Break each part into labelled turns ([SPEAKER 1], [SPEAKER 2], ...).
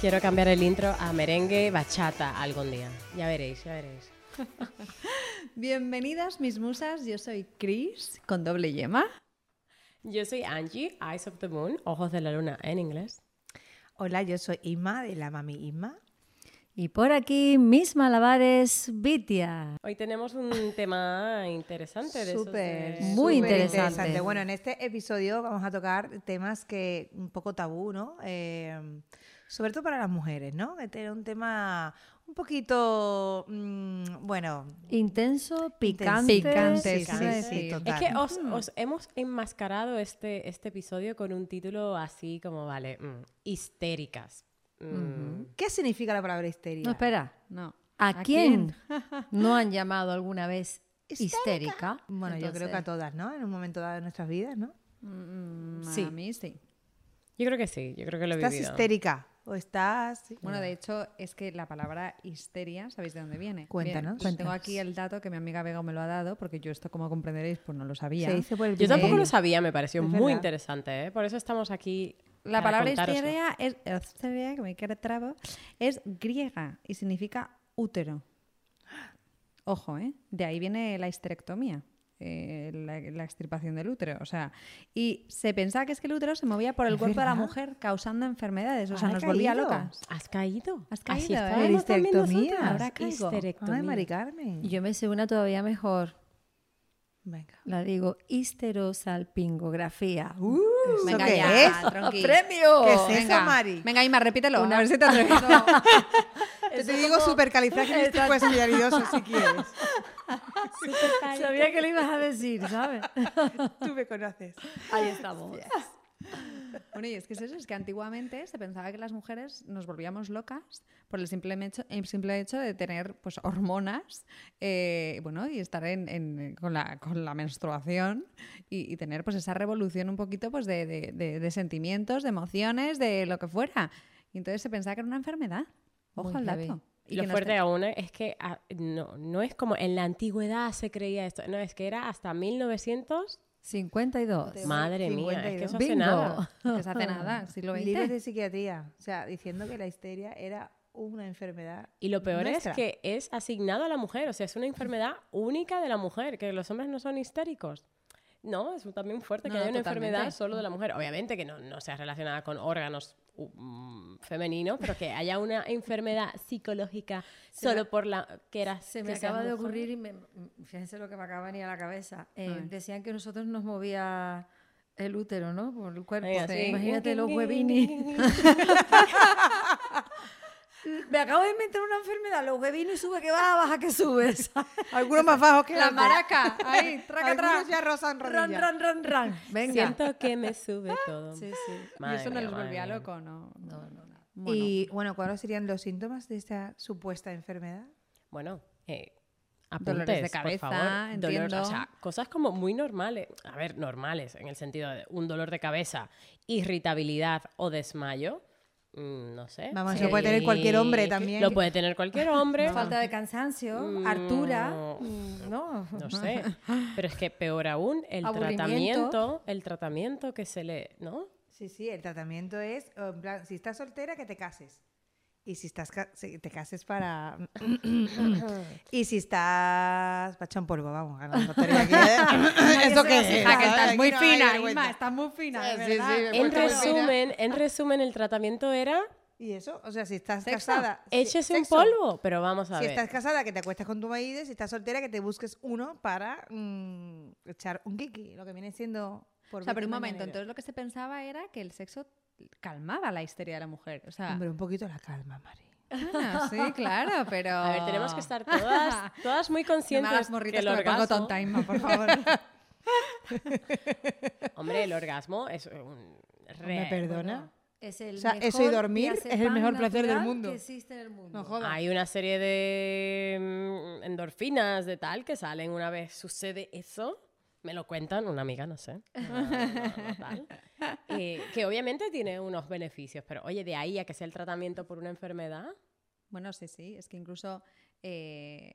[SPEAKER 1] Quiero cambiar el intro a merengue bachata algún día. Ya veréis, ya veréis.
[SPEAKER 2] Bienvenidas mis musas, yo soy Chris con doble yema.
[SPEAKER 1] Yo soy Angie, Eyes of the Moon, Ojos de la Luna en inglés.
[SPEAKER 3] Hola, yo soy Ima de la Mami Ima.
[SPEAKER 4] Y por aquí, mis malabares, Vitia.
[SPEAKER 1] Hoy tenemos un tema interesante de esos
[SPEAKER 3] Súper,
[SPEAKER 1] de-
[SPEAKER 4] Muy
[SPEAKER 3] súper
[SPEAKER 4] interesante.
[SPEAKER 3] Bueno, en este episodio vamos a tocar temas que un poco tabú, ¿no? Eh, sobre todo para las mujeres, ¿no? Este era un tema un poquito, mm, bueno,
[SPEAKER 4] Intenso, picante.
[SPEAKER 2] Picante,
[SPEAKER 3] sí,
[SPEAKER 4] ¿sabes?
[SPEAKER 3] sí, total.
[SPEAKER 1] Es que os,
[SPEAKER 3] Mm.
[SPEAKER 1] os hemos enmascarado este, este episodio con un título así como, vale, mm, histéricas. Mm,
[SPEAKER 3] ¿Qué significa la palabra histeria?
[SPEAKER 4] No, espera, no. ¿A, quién no han llamado alguna vez histérica?
[SPEAKER 3] Bueno, yo creo que a
[SPEAKER 4] Entonces,
[SPEAKER 3] todas, ¿no? En un momento dado de nuestras vidas, ¿no?
[SPEAKER 4] mm,
[SPEAKER 1] Sí.
[SPEAKER 4] A mí sí.
[SPEAKER 1] Yo creo que sí, yo creo que lo he
[SPEAKER 3] ¿Estás
[SPEAKER 1] vivido.
[SPEAKER 3] histérica? ¿O estás...? Eh,
[SPEAKER 2] Bueno, de hecho, es que la palabra histeria, ¿sabéis de dónde viene? Bien,
[SPEAKER 3] Cuéntanos,
[SPEAKER 2] pues Tengo
[SPEAKER 3] cuéntanos.
[SPEAKER 2] aquí el dato que mi amiga Vega me lo ha dado, porque yo esto, como comprenderéis, pues no lo sabía.
[SPEAKER 3] Se dice por el
[SPEAKER 1] Yo tampoco
[SPEAKER 3] primer-
[SPEAKER 1] lo sabía, me pareció
[SPEAKER 3] Es
[SPEAKER 1] muy
[SPEAKER 3] verdad.
[SPEAKER 1] interesante, ¿eh? por eso estamos aquí.
[SPEAKER 2] La
[SPEAKER 1] para
[SPEAKER 2] palabra
[SPEAKER 1] contároslo.
[SPEAKER 2] histeria es, histeria, que me queda trabo, es griega y significa útero. Ojo, ¿eh? De ahí viene la histerectomía, eh, la, la extirpación del útero. O sea, y se pensaba que es que el útero se movía por el
[SPEAKER 3] ¿Es
[SPEAKER 2] cuerpo de la
[SPEAKER 3] verdad?
[SPEAKER 2] mujer causando enfermedades. O sea,
[SPEAKER 3] Ahora
[SPEAKER 2] nos
[SPEAKER 3] he
[SPEAKER 2] volvía
[SPEAKER 3] caído.
[SPEAKER 2] locas.
[SPEAKER 1] Has caído.
[SPEAKER 2] Has
[SPEAKER 1] Así
[SPEAKER 2] caído, ¿eh?
[SPEAKER 1] estábamos también
[SPEAKER 3] Histerectomía.
[SPEAKER 1] nosotras.
[SPEAKER 3] Ahora
[SPEAKER 2] caigo.
[SPEAKER 1] Histerectomía.
[SPEAKER 3] Ay, Mari Carmen.
[SPEAKER 4] Yo me sé una todavía mejor.
[SPEAKER 3] Venga.
[SPEAKER 4] La digo histerosalpingografía.
[SPEAKER 3] ¿Eso
[SPEAKER 2] Venga
[SPEAKER 3] qué
[SPEAKER 2] ya,
[SPEAKER 3] es?
[SPEAKER 2] tronqui.
[SPEAKER 4] ¡Premio!
[SPEAKER 3] ¿Qué es eso,
[SPEAKER 2] Venga,
[SPEAKER 3] Mari?
[SPEAKER 2] Venga, Ima, repítelo. A ver si te atreves.
[SPEAKER 3] Yo te digo supercalifragilisticoespialidoso si quieres.
[SPEAKER 4] Sabía que le ibas a decir, ¿sabes?
[SPEAKER 3] Tú me conoces.
[SPEAKER 4] Ahí estamos.
[SPEAKER 2] Bueno, y es que es eso, es que antiguamente se pensaba que las mujeres nos volvíamos locas por el simple hecho, el simple hecho de tener pues, hormonas eh, bueno, y estar en, en- con, la, con la menstruación y, y tener pues, esa revolución un poquito pues, de, de- de- de sentimientos, de emociones, de lo que fuera. Y entonces se pensaba que era una enfermedad. Ojo
[SPEAKER 4] Muy
[SPEAKER 2] al
[SPEAKER 4] heavy.
[SPEAKER 2] dato. Y
[SPEAKER 1] lo
[SPEAKER 2] que nos
[SPEAKER 1] fuerte
[SPEAKER 2] te-
[SPEAKER 1] aún es que ah, no, no es como en la antigüedad se creía esto, no, es que era hasta 1900.
[SPEAKER 4] 52.
[SPEAKER 1] Madre mía, es que eso hace
[SPEAKER 4] Bingo.
[SPEAKER 1] nada.
[SPEAKER 2] que se hace nada, siglo XX.
[SPEAKER 3] Libros de psiquiatría. O sea, diciendo que la histeria era una enfermedad.
[SPEAKER 1] Y lo peor
[SPEAKER 3] nuestra.
[SPEAKER 1] es que es asignado a la mujer, o sea, es una enfermedad única de la mujer, que los hombres no son histéricos. No, es también fuerte
[SPEAKER 2] No,
[SPEAKER 1] que
[SPEAKER 2] no,
[SPEAKER 1] haya una
[SPEAKER 2] totalmente.
[SPEAKER 1] enfermedad solo de la mujer. Obviamente que no, no sea relacionada con órganos um, femeninos, pero que haya una enfermedad psicológica solo por la que era
[SPEAKER 4] Se me
[SPEAKER 1] que seas
[SPEAKER 4] acaba de
[SPEAKER 1] mujer.
[SPEAKER 4] ocurrir y me, mm, fíjense lo que me acaba de venir a la cabeza. Eh,
[SPEAKER 2] A ver.
[SPEAKER 4] decían que nosotros nos movía el útero, ¿no? Por el cuerpo.
[SPEAKER 1] Venga,
[SPEAKER 4] Sí.
[SPEAKER 1] sí.
[SPEAKER 4] Imagínate los huevini. me acabo de inventar una enfermedad. Los huevini sube que baja, baja que sube. ¿sabes?
[SPEAKER 3] Algunos más bajos que
[SPEAKER 4] La
[SPEAKER 3] otros.
[SPEAKER 4] maraca. Ahí, traca, traca.
[SPEAKER 3] Algunos ya rozan
[SPEAKER 4] Ran,
[SPEAKER 3] rodillas.
[SPEAKER 4] ran, ran, ran. Venga.
[SPEAKER 1] Siento que me sube todo.
[SPEAKER 4] Sí, sí.
[SPEAKER 2] Y eso no
[SPEAKER 1] Madre
[SPEAKER 2] les
[SPEAKER 1] mía,
[SPEAKER 2] volvía
[SPEAKER 1] madre mía.
[SPEAKER 2] loco, ¿no? No, no, no.
[SPEAKER 3] Y bueno, ¿cuáles serían los síntomas de esta supuesta enfermedad?
[SPEAKER 1] Bueno, eh,
[SPEAKER 2] Dolores
[SPEAKER 1] apuntes,
[SPEAKER 2] de cabeza,
[SPEAKER 1] por favor. Dolor-
[SPEAKER 2] entiendo.
[SPEAKER 1] o sea, cosas como muy normales. A ver, normales en el sentido de un dolor de cabeza, irritabilidad o desmayo. mm, No sé.
[SPEAKER 3] Vamos, eso puede tener cualquier hombre también.
[SPEAKER 1] Lo puede tener cualquier hombre.
[SPEAKER 4] Falta de cansancio,
[SPEAKER 1] Mm.
[SPEAKER 4] hartura, mm, ¿no?
[SPEAKER 1] No sé. Pero es que peor aún, el
[SPEAKER 4] Aburrimiento.
[SPEAKER 1] tratamiento, el tratamiento que se le, ¿no?
[SPEAKER 3] Sí, sí, el tratamiento es, o en plan, si estás soltera, que te cases. Y si estás ca- si te cases para... y si estás... Pachón polvo, vamos. ganando lotería aquí, ¿eh? ¿Eso qué es?
[SPEAKER 2] Hija, que estás
[SPEAKER 3] Aquí
[SPEAKER 2] muy
[SPEAKER 3] no hay
[SPEAKER 2] fina,
[SPEAKER 3] vergüenza.
[SPEAKER 2] Inma, estás muy fina, de
[SPEAKER 3] Sí, sí,
[SPEAKER 2] verdad.
[SPEAKER 3] me he
[SPEAKER 1] En
[SPEAKER 3] vuelto muy fina.
[SPEAKER 1] resumen, en resumen, el tratamiento era
[SPEAKER 3] Y eso, o sea, si estás
[SPEAKER 2] Sexo.
[SPEAKER 3] casada... si-
[SPEAKER 1] échese un
[SPEAKER 3] sexo.
[SPEAKER 1] polvo, pero vamos a
[SPEAKER 3] Si
[SPEAKER 1] ver.
[SPEAKER 3] estás casada, que te acuestas con tu marido. y Si estás soltera, que te busques uno para mm, echar un kiki. Lo que viene siendo... Por
[SPEAKER 2] O sea, pero un
[SPEAKER 3] decirlo de
[SPEAKER 2] momento,
[SPEAKER 3] manera.
[SPEAKER 2] entonces lo que se pensaba era que el sexo calmaba la histeria de la mujer. O sea,
[SPEAKER 3] Hombre, un poquito la calma, Mari.
[SPEAKER 2] bueno, sí, claro, pero...
[SPEAKER 1] A ver, tenemos que estar todas, todas muy
[SPEAKER 2] Ah. No me
[SPEAKER 1] conscientes
[SPEAKER 2] hagas
[SPEAKER 1] que
[SPEAKER 2] morritos
[SPEAKER 1] el
[SPEAKER 2] que me pongo
[SPEAKER 1] orgasmo-
[SPEAKER 2] tonta, Inma, por favor.
[SPEAKER 1] Hombre, el orgasmo es un re-
[SPEAKER 3] ¿Me perdona?
[SPEAKER 4] Es el
[SPEAKER 3] O sea, eso y
[SPEAKER 4] mejor
[SPEAKER 3] dormir es el
[SPEAKER 4] diazepam
[SPEAKER 3] mejor placer del
[SPEAKER 4] natural
[SPEAKER 3] mundo.
[SPEAKER 4] que existe en el mundo.
[SPEAKER 3] No jodas.
[SPEAKER 1] Hay una serie de mm, endorfinas de tal que salen una vez sucede eso. Me lo cuentan una amiga, no sé. no, no, no, tal. Eh, que obviamente tiene unos beneficios, pero oye, de ahí a que sea el tratamiento por una enfermedad.
[SPEAKER 2] Bueno, sí, sí, es que incluso eh,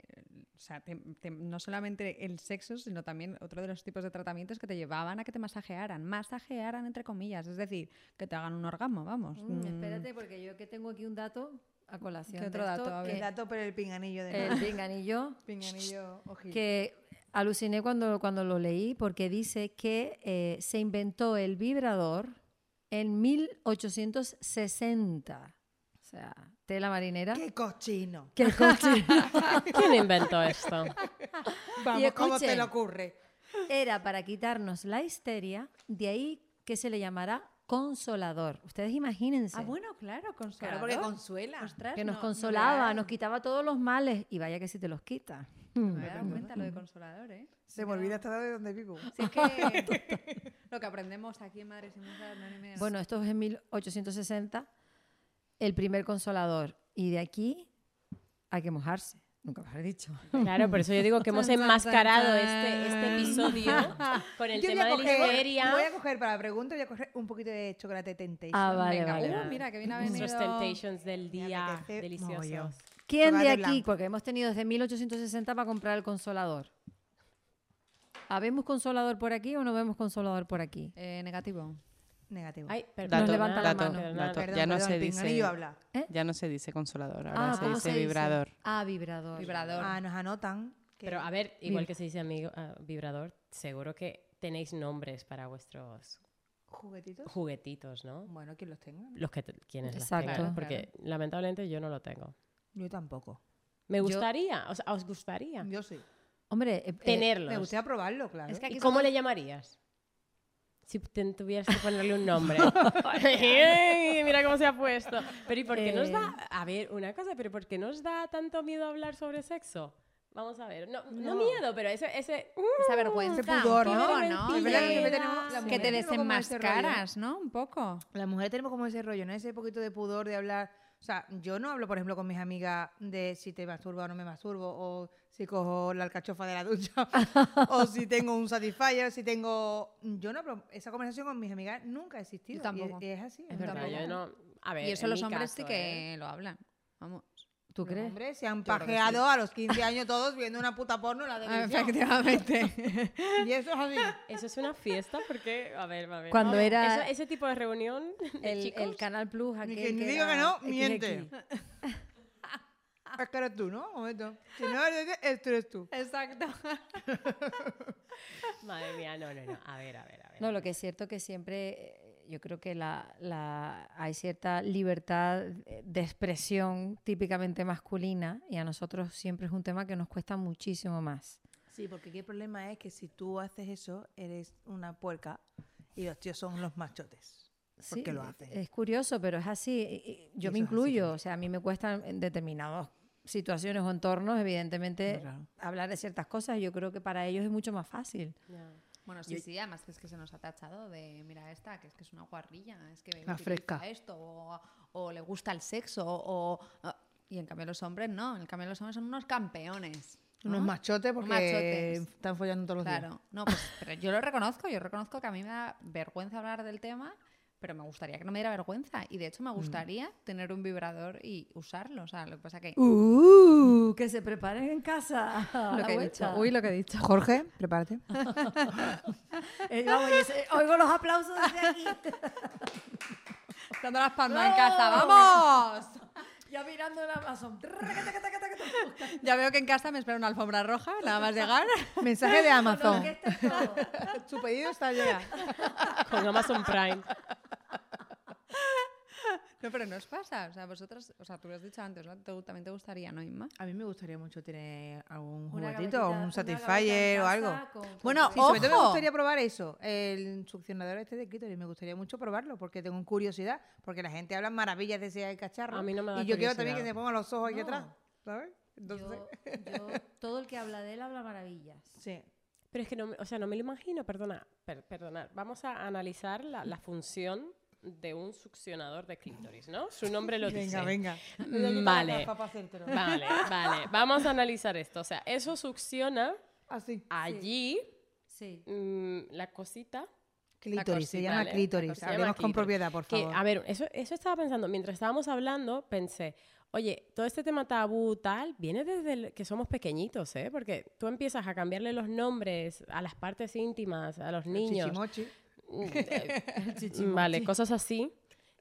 [SPEAKER 2] o sea, te- te- no solamente el sexo, sino también otro de los tipos de tratamientos que te llevaban a que te masajearan, masajearan entre comillas, es decir, que te hagan un orgasmo, vamos.
[SPEAKER 4] Mm,
[SPEAKER 2] Mm.
[SPEAKER 4] espérate, porque yo que tengo aquí un dato a colación.
[SPEAKER 2] ¿Qué
[SPEAKER 4] de
[SPEAKER 2] otro
[SPEAKER 4] esto,
[SPEAKER 2] dato? A ver. Eh,
[SPEAKER 4] que
[SPEAKER 3] El dato por el pinganillo de
[SPEAKER 4] El pinganillo,
[SPEAKER 3] Pinganillo ojito.
[SPEAKER 4] que aluciné cuando, cuando lo leí, porque dice que eh, se inventó el vibrador en 1860. O sea, tela marinera.
[SPEAKER 3] ¡Qué cochino!
[SPEAKER 4] Que el coche
[SPEAKER 1] ¿Quién inventó esto?
[SPEAKER 3] Vamos, ¿cómo
[SPEAKER 4] escuchen.
[SPEAKER 3] te lo ocurre?
[SPEAKER 4] era para quitarnos la histeria, de ahí que se le llamará consolador. Ustedes imagínense.
[SPEAKER 2] Ah, bueno, claro,
[SPEAKER 3] Claro,
[SPEAKER 2] consolador.
[SPEAKER 3] porque consuela.
[SPEAKER 2] Ostras,
[SPEAKER 4] que nos
[SPEAKER 2] no- no me
[SPEAKER 4] consolaba,
[SPEAKER 2] daba-
[SPEAKER 4] nos quitaba todos los males. Y vaya que si te los quita.
[SPEAKER 2] no me había dado cuenta lo de consolador, ¿eh?
[SPEAKER 3] Se me olvida hasta de donde vivo.
[SPEAKER 2] Si es que lo que aprendemos aquí en Madres y Mujeres no ni menos.
[SPEAKER 4] Bueno, esto es en 1860, el primer consolador. Y de aquí hay que mojarse. Nunca mejor dicho.
[SPEAKER 1] Claro, por eso yo digo que hemos enmascarado este, este episodio con el
[SPEAKER 3] Yo
[SPEAKER 1] tema de la histeria.
[SPEAKER 3] voy a coger para la pregunta, voy a coger un poquito de chocolate temptation.
[SPEAKER 4] Ah, vale,
[SPEAKER 2] Venga,
[SPEAKER 4] vale.
[SPEAKER 2] uh,
[SPEAKER 4] vale.
[SPEAKER 2] mira, que viene a venir.
[SPEAKER 1] Nuestros temptations del
[SPEAKER 3] Me
[SPEAKER 1] día,
[SPEAKER 3] apetece mogollón.
[SPEAKER 1] deliciosos.
[SPEAKER 4] ¿Quién de
[SPEAKER 3] chocolate
[SPEAKER 4] aquí?
[SPEAKER 3] blanco.
[SPEAKER 4] Porque hemos tenido desde 1860 para comprar el consolador. ¿Habemos consolador por aquí o no vemos consolador por aquí?
[SPEAKER 2] Eh, negativo.
[SPEAKER 3] Negativo.
[SPEAKER 1] Ay, perdón.
[SPEAKER 4] Nos
[SPEAKER 5] Dato,
[SPEAKER 4] levanta la
[SPEAKER 5] dato,
[SPEAKER 4] mano.
[SPEAKER 5] dato.
[SPEAKER 3] Perdón,
[SPEAKER 5] ya no
[SPEAKER 3] perdón,
[SPEAKER 5] se
[SPEAKER 3] pinganillo
[SPEAKER 5] dice.
[SPEAKER 3] habla.
[SPEAKER 5] Ya no se dice consolador, ahora se dice vibrador.
[SPEAKER 4] Ah, vibrador.
[SPEAKER 2] Vibrador.
[SPEAKER 3] Ah, nos anotan. que-
[SPEAKER 1] Pero a ver, igual que se dice amigo ah, vibrador, seguro que tenéis nombres para vuestros
[SPEAKER 3] ¿Juguetitos?
[SPEAKER 1] juguetitos, ¿no?
[SPEAKER 3] Bueno, quien los tenga. ¿no?
[SPEAKER 1] Los que te- quienes las
[SPEAKER 4] Exacto.
[SPEAKER 1] tengan, porque lamentablemente yo no lo tengo.
[SPEAKER 3] Yo tampoco.
[SPEAKER 1] Me
[SPEAKER 4] Yo-
[SPEAKER 1] gustaría, o sea, os gustaría
[SPEAKER 3] Yo sí.
[SPEAKER 4] Hombre, eh, eh,
[SPEAKER 1] tenerlos.
[SPEAKER 3] Me gustaría probarlo, claro.
[SPEAKER 2] Es que aquí
[SPEAKER 1] ¿Y
[SPEAKER 2] son
[SPEAKER 1] cómo le llamarías? Si te- tuvieras que ponerle un nombre. ¡Ey! Mira cómo se ha puesto. Pero ¿y por qué nos da? A ver, una cosa, pero ¿por qué nos da tanto miedo hablar sobre sexo? Vamos a ver. No, no
[SPEAKER 3] No.
[SPEAKER 1] miedo, pero ese... ese uh,
[SPEAKER 2] Esa vergüenza.
[SPEAKER 3] Ese pudor,
[SPEAKER 1] qué
[SPEAKER 3] ¿no?
[SPEAKER 1] vergüenza.
[SPEAKER 3] Es verdad que siempre tenemos-
[SPEAKER 1] Sí.
[SPEAKER 3] las
[SPEAKER 2] Que te
[SPEAKER 3] mujeres tenemos como ese rollo.
[SPEAKER 2] desenmascaras, ¿no? Un poco.
[SPEAKER 3] Las mujeres tenemos como ese rollo, ¿no? Ese poquito de pudor de hablar. O sea, yo no hablo, por ejemplo, con mis amigas de si te masturbo o no me masturbo, o si cojo la alcachofa de la ducha, o si tengo un satisfier, si tengo... Yo no hablo... Esa conversación con mis amigas nunca ha existido.
[SPEAKER 2] Yo tampoco.
[SPEAKER 3] Y es, y es así.
[SPEAKER 1] Es
[SPEAKER 3] ¿no?
[SPEAKER 1] verdad,
[SPEAKER 3] Tampoco.
[SPEAKER 1] yo no... A ver,
[SPEAKER 2] Y eso
[SPEAKER 1] en
[SPEAKER 2] los
[SPEAKER 1] mi
[SPEAKER 2] hombres sí
[SPEAKER 1] caso, ¿eh?
[SPEAKER 2] que lo hablan. Vamos.
[SPEAKER 4] ¿tú
[SPEAKER 3] Los
[SPEAKER 4] crees?
[SPEAKER 3] hombres se han
[SPEAKER 2] creo que sí.
[SPEAKER 3] pajeado a los 15 años todos viendo una puta porno en la televisión.
[SPEAKER 2] Efectivamente.
[SPEAKER 3] Y eso es así.
[SPEAKER 1] Eso es una fiesta porque, a ver, a ver.
[SPEAKER 4] Cuando
[SPEAKER 1] no,
[SPEAKER 4] era-
[SPEAKER 1] eso- ese tipo de reunión de
[SPEAKER 4] el,
[SPEAKER 1] chicos.
[SPEAKER 4] el Canal Plus
[SPEAKER 3] Ni
[SPEAKER 4] aquel
[SPEAKER 3] que ni diga
[SPEAKER 4] era
[SPEAKER 3] que no,
[SPEAKER 4] XXX.
[SPEAKER 3] miente. Es que eres Ah, tú, ¿no? Un momento. Si no eres este, eres tú.
[SPEAKER 2] Exacto.
[SPEAKER 1] Madre mía, no, no, no. A ver, a ver, a ver.
[SPEAKER 4] No, lo que es cierto que siempre eh, yo creo que la, la- hay cierta libertad eh, de expresión típicamente masculina y a nosotros siempre es un tema que nos cuesta muchísimo más.
[SPEAKER 3] Sí, porque aquí el problema es que si tú haces eso, eres una puerca y los tíos son los machotes.
[SPEAKER 4] Sí,
[SPEAKER 3] Porque lo
[SPEAKER 4] e-
[SPEAKER 3] hacen.
[SPEAKER 4] Es curioso, pero es así. Y- y Yo
[SPEAKER 3] Eso
[SPEAKER 4] me
[SPEAKER 3] es así
[SPEAKER 4] incluyo,
[SPEAKER 3] también.
[SPEAKER 4] o sea, a mí me cuestan en determinadas situaciones o entornos, evidentemente, hablar de ciertas cosas. Yo creo que para ellos es mucho más fácil.
[SPEAKER 1] Ya.
[SPEAKER 2] Bueno, sí, sí, además que es que se nos ha tachado de, mira esta, que es que es una guarrilla, es que
[SPEAKER 3] Una
[SPEAKER 2] utiliza
[SPEAKER 3] fresca.
[SPEAKER 2] esto, o, o le gusta el sexo, o... o- Y en cambio los hombres no, en cambio los hombres son unos campeones. ¿no?
[SPEAKER 3] Unos machotes porque
[SPEAKER 2] porque Machotes.
[SPEAKER 3] están follando todos los días.
[SPEAKER 2] Claro, no, pues, pero yo lo reconozco, yo reconozco que a mí me da vergüenza hablar del tema, pero me gustaría que no me diera vergüenza. Y de hecho me gustaría tener un vibrador y usarlo, o sea, lo que pasa que...
[SPEAKER 4] ¡Uh! Que se preparen en casa. a la vuelta.
[SPEAKER 2] lo que he dicho.
[SPEAKER 3] Jorge, prepárate.
[SPEAKER 4] Eh, vamos, yo sé- oigo los aplausos desde aquí.
[SPEAKER 2] Dando las palmas en casa, ¡vamos!
[SPEAKER 4] Ya mirando el Amazon.
[SPEAKER 2] Ya veo que en casa me espera una alfombra roja, nada más llegar.
[SPEAKER 3] Mensaje de Amazon.
[SPEAKER 4] todo.
[SPEAKER 3] Su pedido está ya.
[SPEAKER 1] Con Amazon Prime.
[SPEAKER 2] No, pero no os pasa. O sea, vosotras, o sea, tú lo has dicho antes, ¿no? Te- también te gustaría, ¿no, Inma?
[SPEAKER 3] A mí me gustaría mucho tener algún
[SPEAKER 4] Una
[SPEAKER 3] juguetito,
[SPEAKER 4] gavetita-
[SPEAKER 3] un
[SPEAKER 4] una
[SPEAKER 3] Satisfyer o
[SPEAKER 4] gaveta en
[SPEAKER 3] algo.
[SPEAKER 4] casa con-
[SPEAKER 3] Bueno,
[SPEAKER 2] Sí,
[SPEAKER 3] sobre todo me
[SPEAKER 2] ojo.
[SPEAKER 3] gustaría probar eso, el succionador este de clítoris. Me gustaría mucho probarlo porque tengo curiosidad, porque la gente habla maravillas de ese cacharro.
[SPEAKER 1] A mí no me da
[SPEAKER 3] Y yo quiero también que
[SPEAKER 1] curiosidad.
[SPEAKER 3] se pongan los ojos aquí
[SPEAKER 4] No.
[SPEAKER 3] atrás, ¿sabes? Entonces,
[SPEAKER 4] Yo, yo, todo el que habla de él habla maravillas.
[SPEAKER 3] sí.
[SPEAKER 1] Pero es que no, me- o sea, no me lo imagino, perdona, per- perdonad. Vamos a analizar la, la función de un succionador de clítoris, ¿no? Su nombre lo dice.
[SPEAKER 3] Venga, venga.
[SPEAKER 1] Mm, Vale, vale, vale. Vamos a analizar esto. O sea, eso succiona
[SPEAKER 3] Así.
[SPEAKER 1] allí
[SPEAKER 4] Sí.
[SPEAKER 1] mm, la cosita.
[SPEAKER 3] Clítoris, se
[SPEAKER 1] cosita,
[SPEAKER 3] llama
[SPEAKER 1] ¿vale? La
[SPEAKER 3] clítoris.
[SPEAKER 1] cosita se llama
[SPEAKER 3] Hablemos con
[SPEAKER 1] clítoris.
[SPEAKER 3] propiedad, por
[SPEAKER 1] Que,
[SPEAKER 3] favor.
[SPEAKER 1] a ver, eso, eso estaba pensando. Mientras estábamos hablando, pensé, Oye, todo este tema tabú tal viene desde el- que somos pequeñitos, ¿eh? Porque tú empiezas a cambiarle los nombres a las partes íntimas, a los niños.
[SPEAKER 3] Chichimochi.
[SPEAKER 1] Mm, eh, vale, cosas así,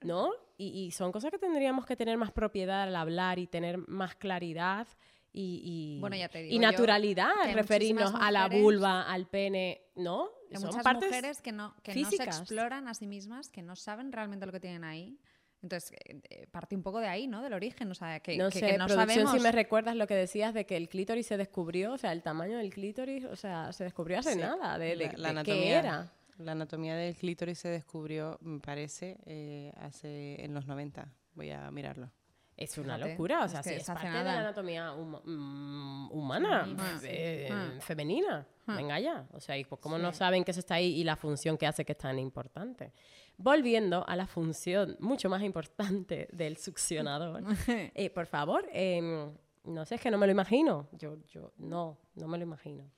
[SPEAKER 1] ¿no? Y, y son cosas que tendríamos que tener más propiedad al hablar y tener más claridad y, y,
[SPEAKER 2] Bueno, ya te digo
[SPEAKER 1] y
[SPEAKER 2] yo
[SPEAKER 1] naturalidad,
[SPEAKER 2] que hay
[SPEAKER 1] referirnos
[SPEAKER 2] muchísimas
[SPEAKER 1] a la
[SPEAKER 2] mujeres-
[SPEAKER 1] vulva, al pene, ¿no?
[SPEAKER 2] Hay
[SPEAKER 1] son
[SPEAKER 2] muchas
[SPEAKER 1] partes
[SPEAKER 2] mujeres que, no, que no se
[SPEAKER 1] físicas.
[SPEAKER 2] exploran a sí mismas, que no saben realmente lo que tienen ahí. Entonces, eh, eh, parte un poco de ahí, ¿no? Del origen, o sea, que
[SPEAKER 1] No
[SPEAKER 2] que-
[SPEAKER 1] sé,
[SPEAKER 2] que no
[SPEAKER 1] producción,
[SPEAKER 2] sabemos.
[SPEAKER 1] si me recuerdas lo que decías de que el clítoris se descubrió, o sea, el tamaño del clítoris, o sea, se descubrió hace
[SPEAKER 5] Sí,
[SPEAKER 1] nada, de, de-
[SPEAKER 5] la, la
[SPEAKER 1] de qué
[SPEAKER 5] anatomía,
[SPEAKER 1] era.
[SPEAKER 5] La anatomía del clítoris se descubrió, me parece, eh, hace en los 90. Voy a mirarlo.
[SPEAKER 1] Es una
[SPEAKER 2] Fíjate,
[SPEAKER 1] locura, o sea,
[SPEAKER 2] es que
[SPEAKER 1] sí,
[SPEAKER 2] es
[SPEAKER 1] es
[SPEAKER 2] hace
[SPEAKER 1] parte de
[SPEAKER 2] nada.
[SPEAKER 1] la anatomía huma- mm, humana,
[SPEAKER 2] Femenina, sí.
[SPEAKER 1] eh,
[SPEAKER 2] Ah.
[SPEAKER 1] femenina,
[SPEAKER 2] Ah.
[SPEAKER 1] venga ya. O sea, y pues cómo no saben que eso está ahí y la función que hace que es tan importante. Volviendo a la función mucho más importante del succionador, eh, por favor, em, no sé, es que no me lo imagino, yo, yo, no, no me lo imagino.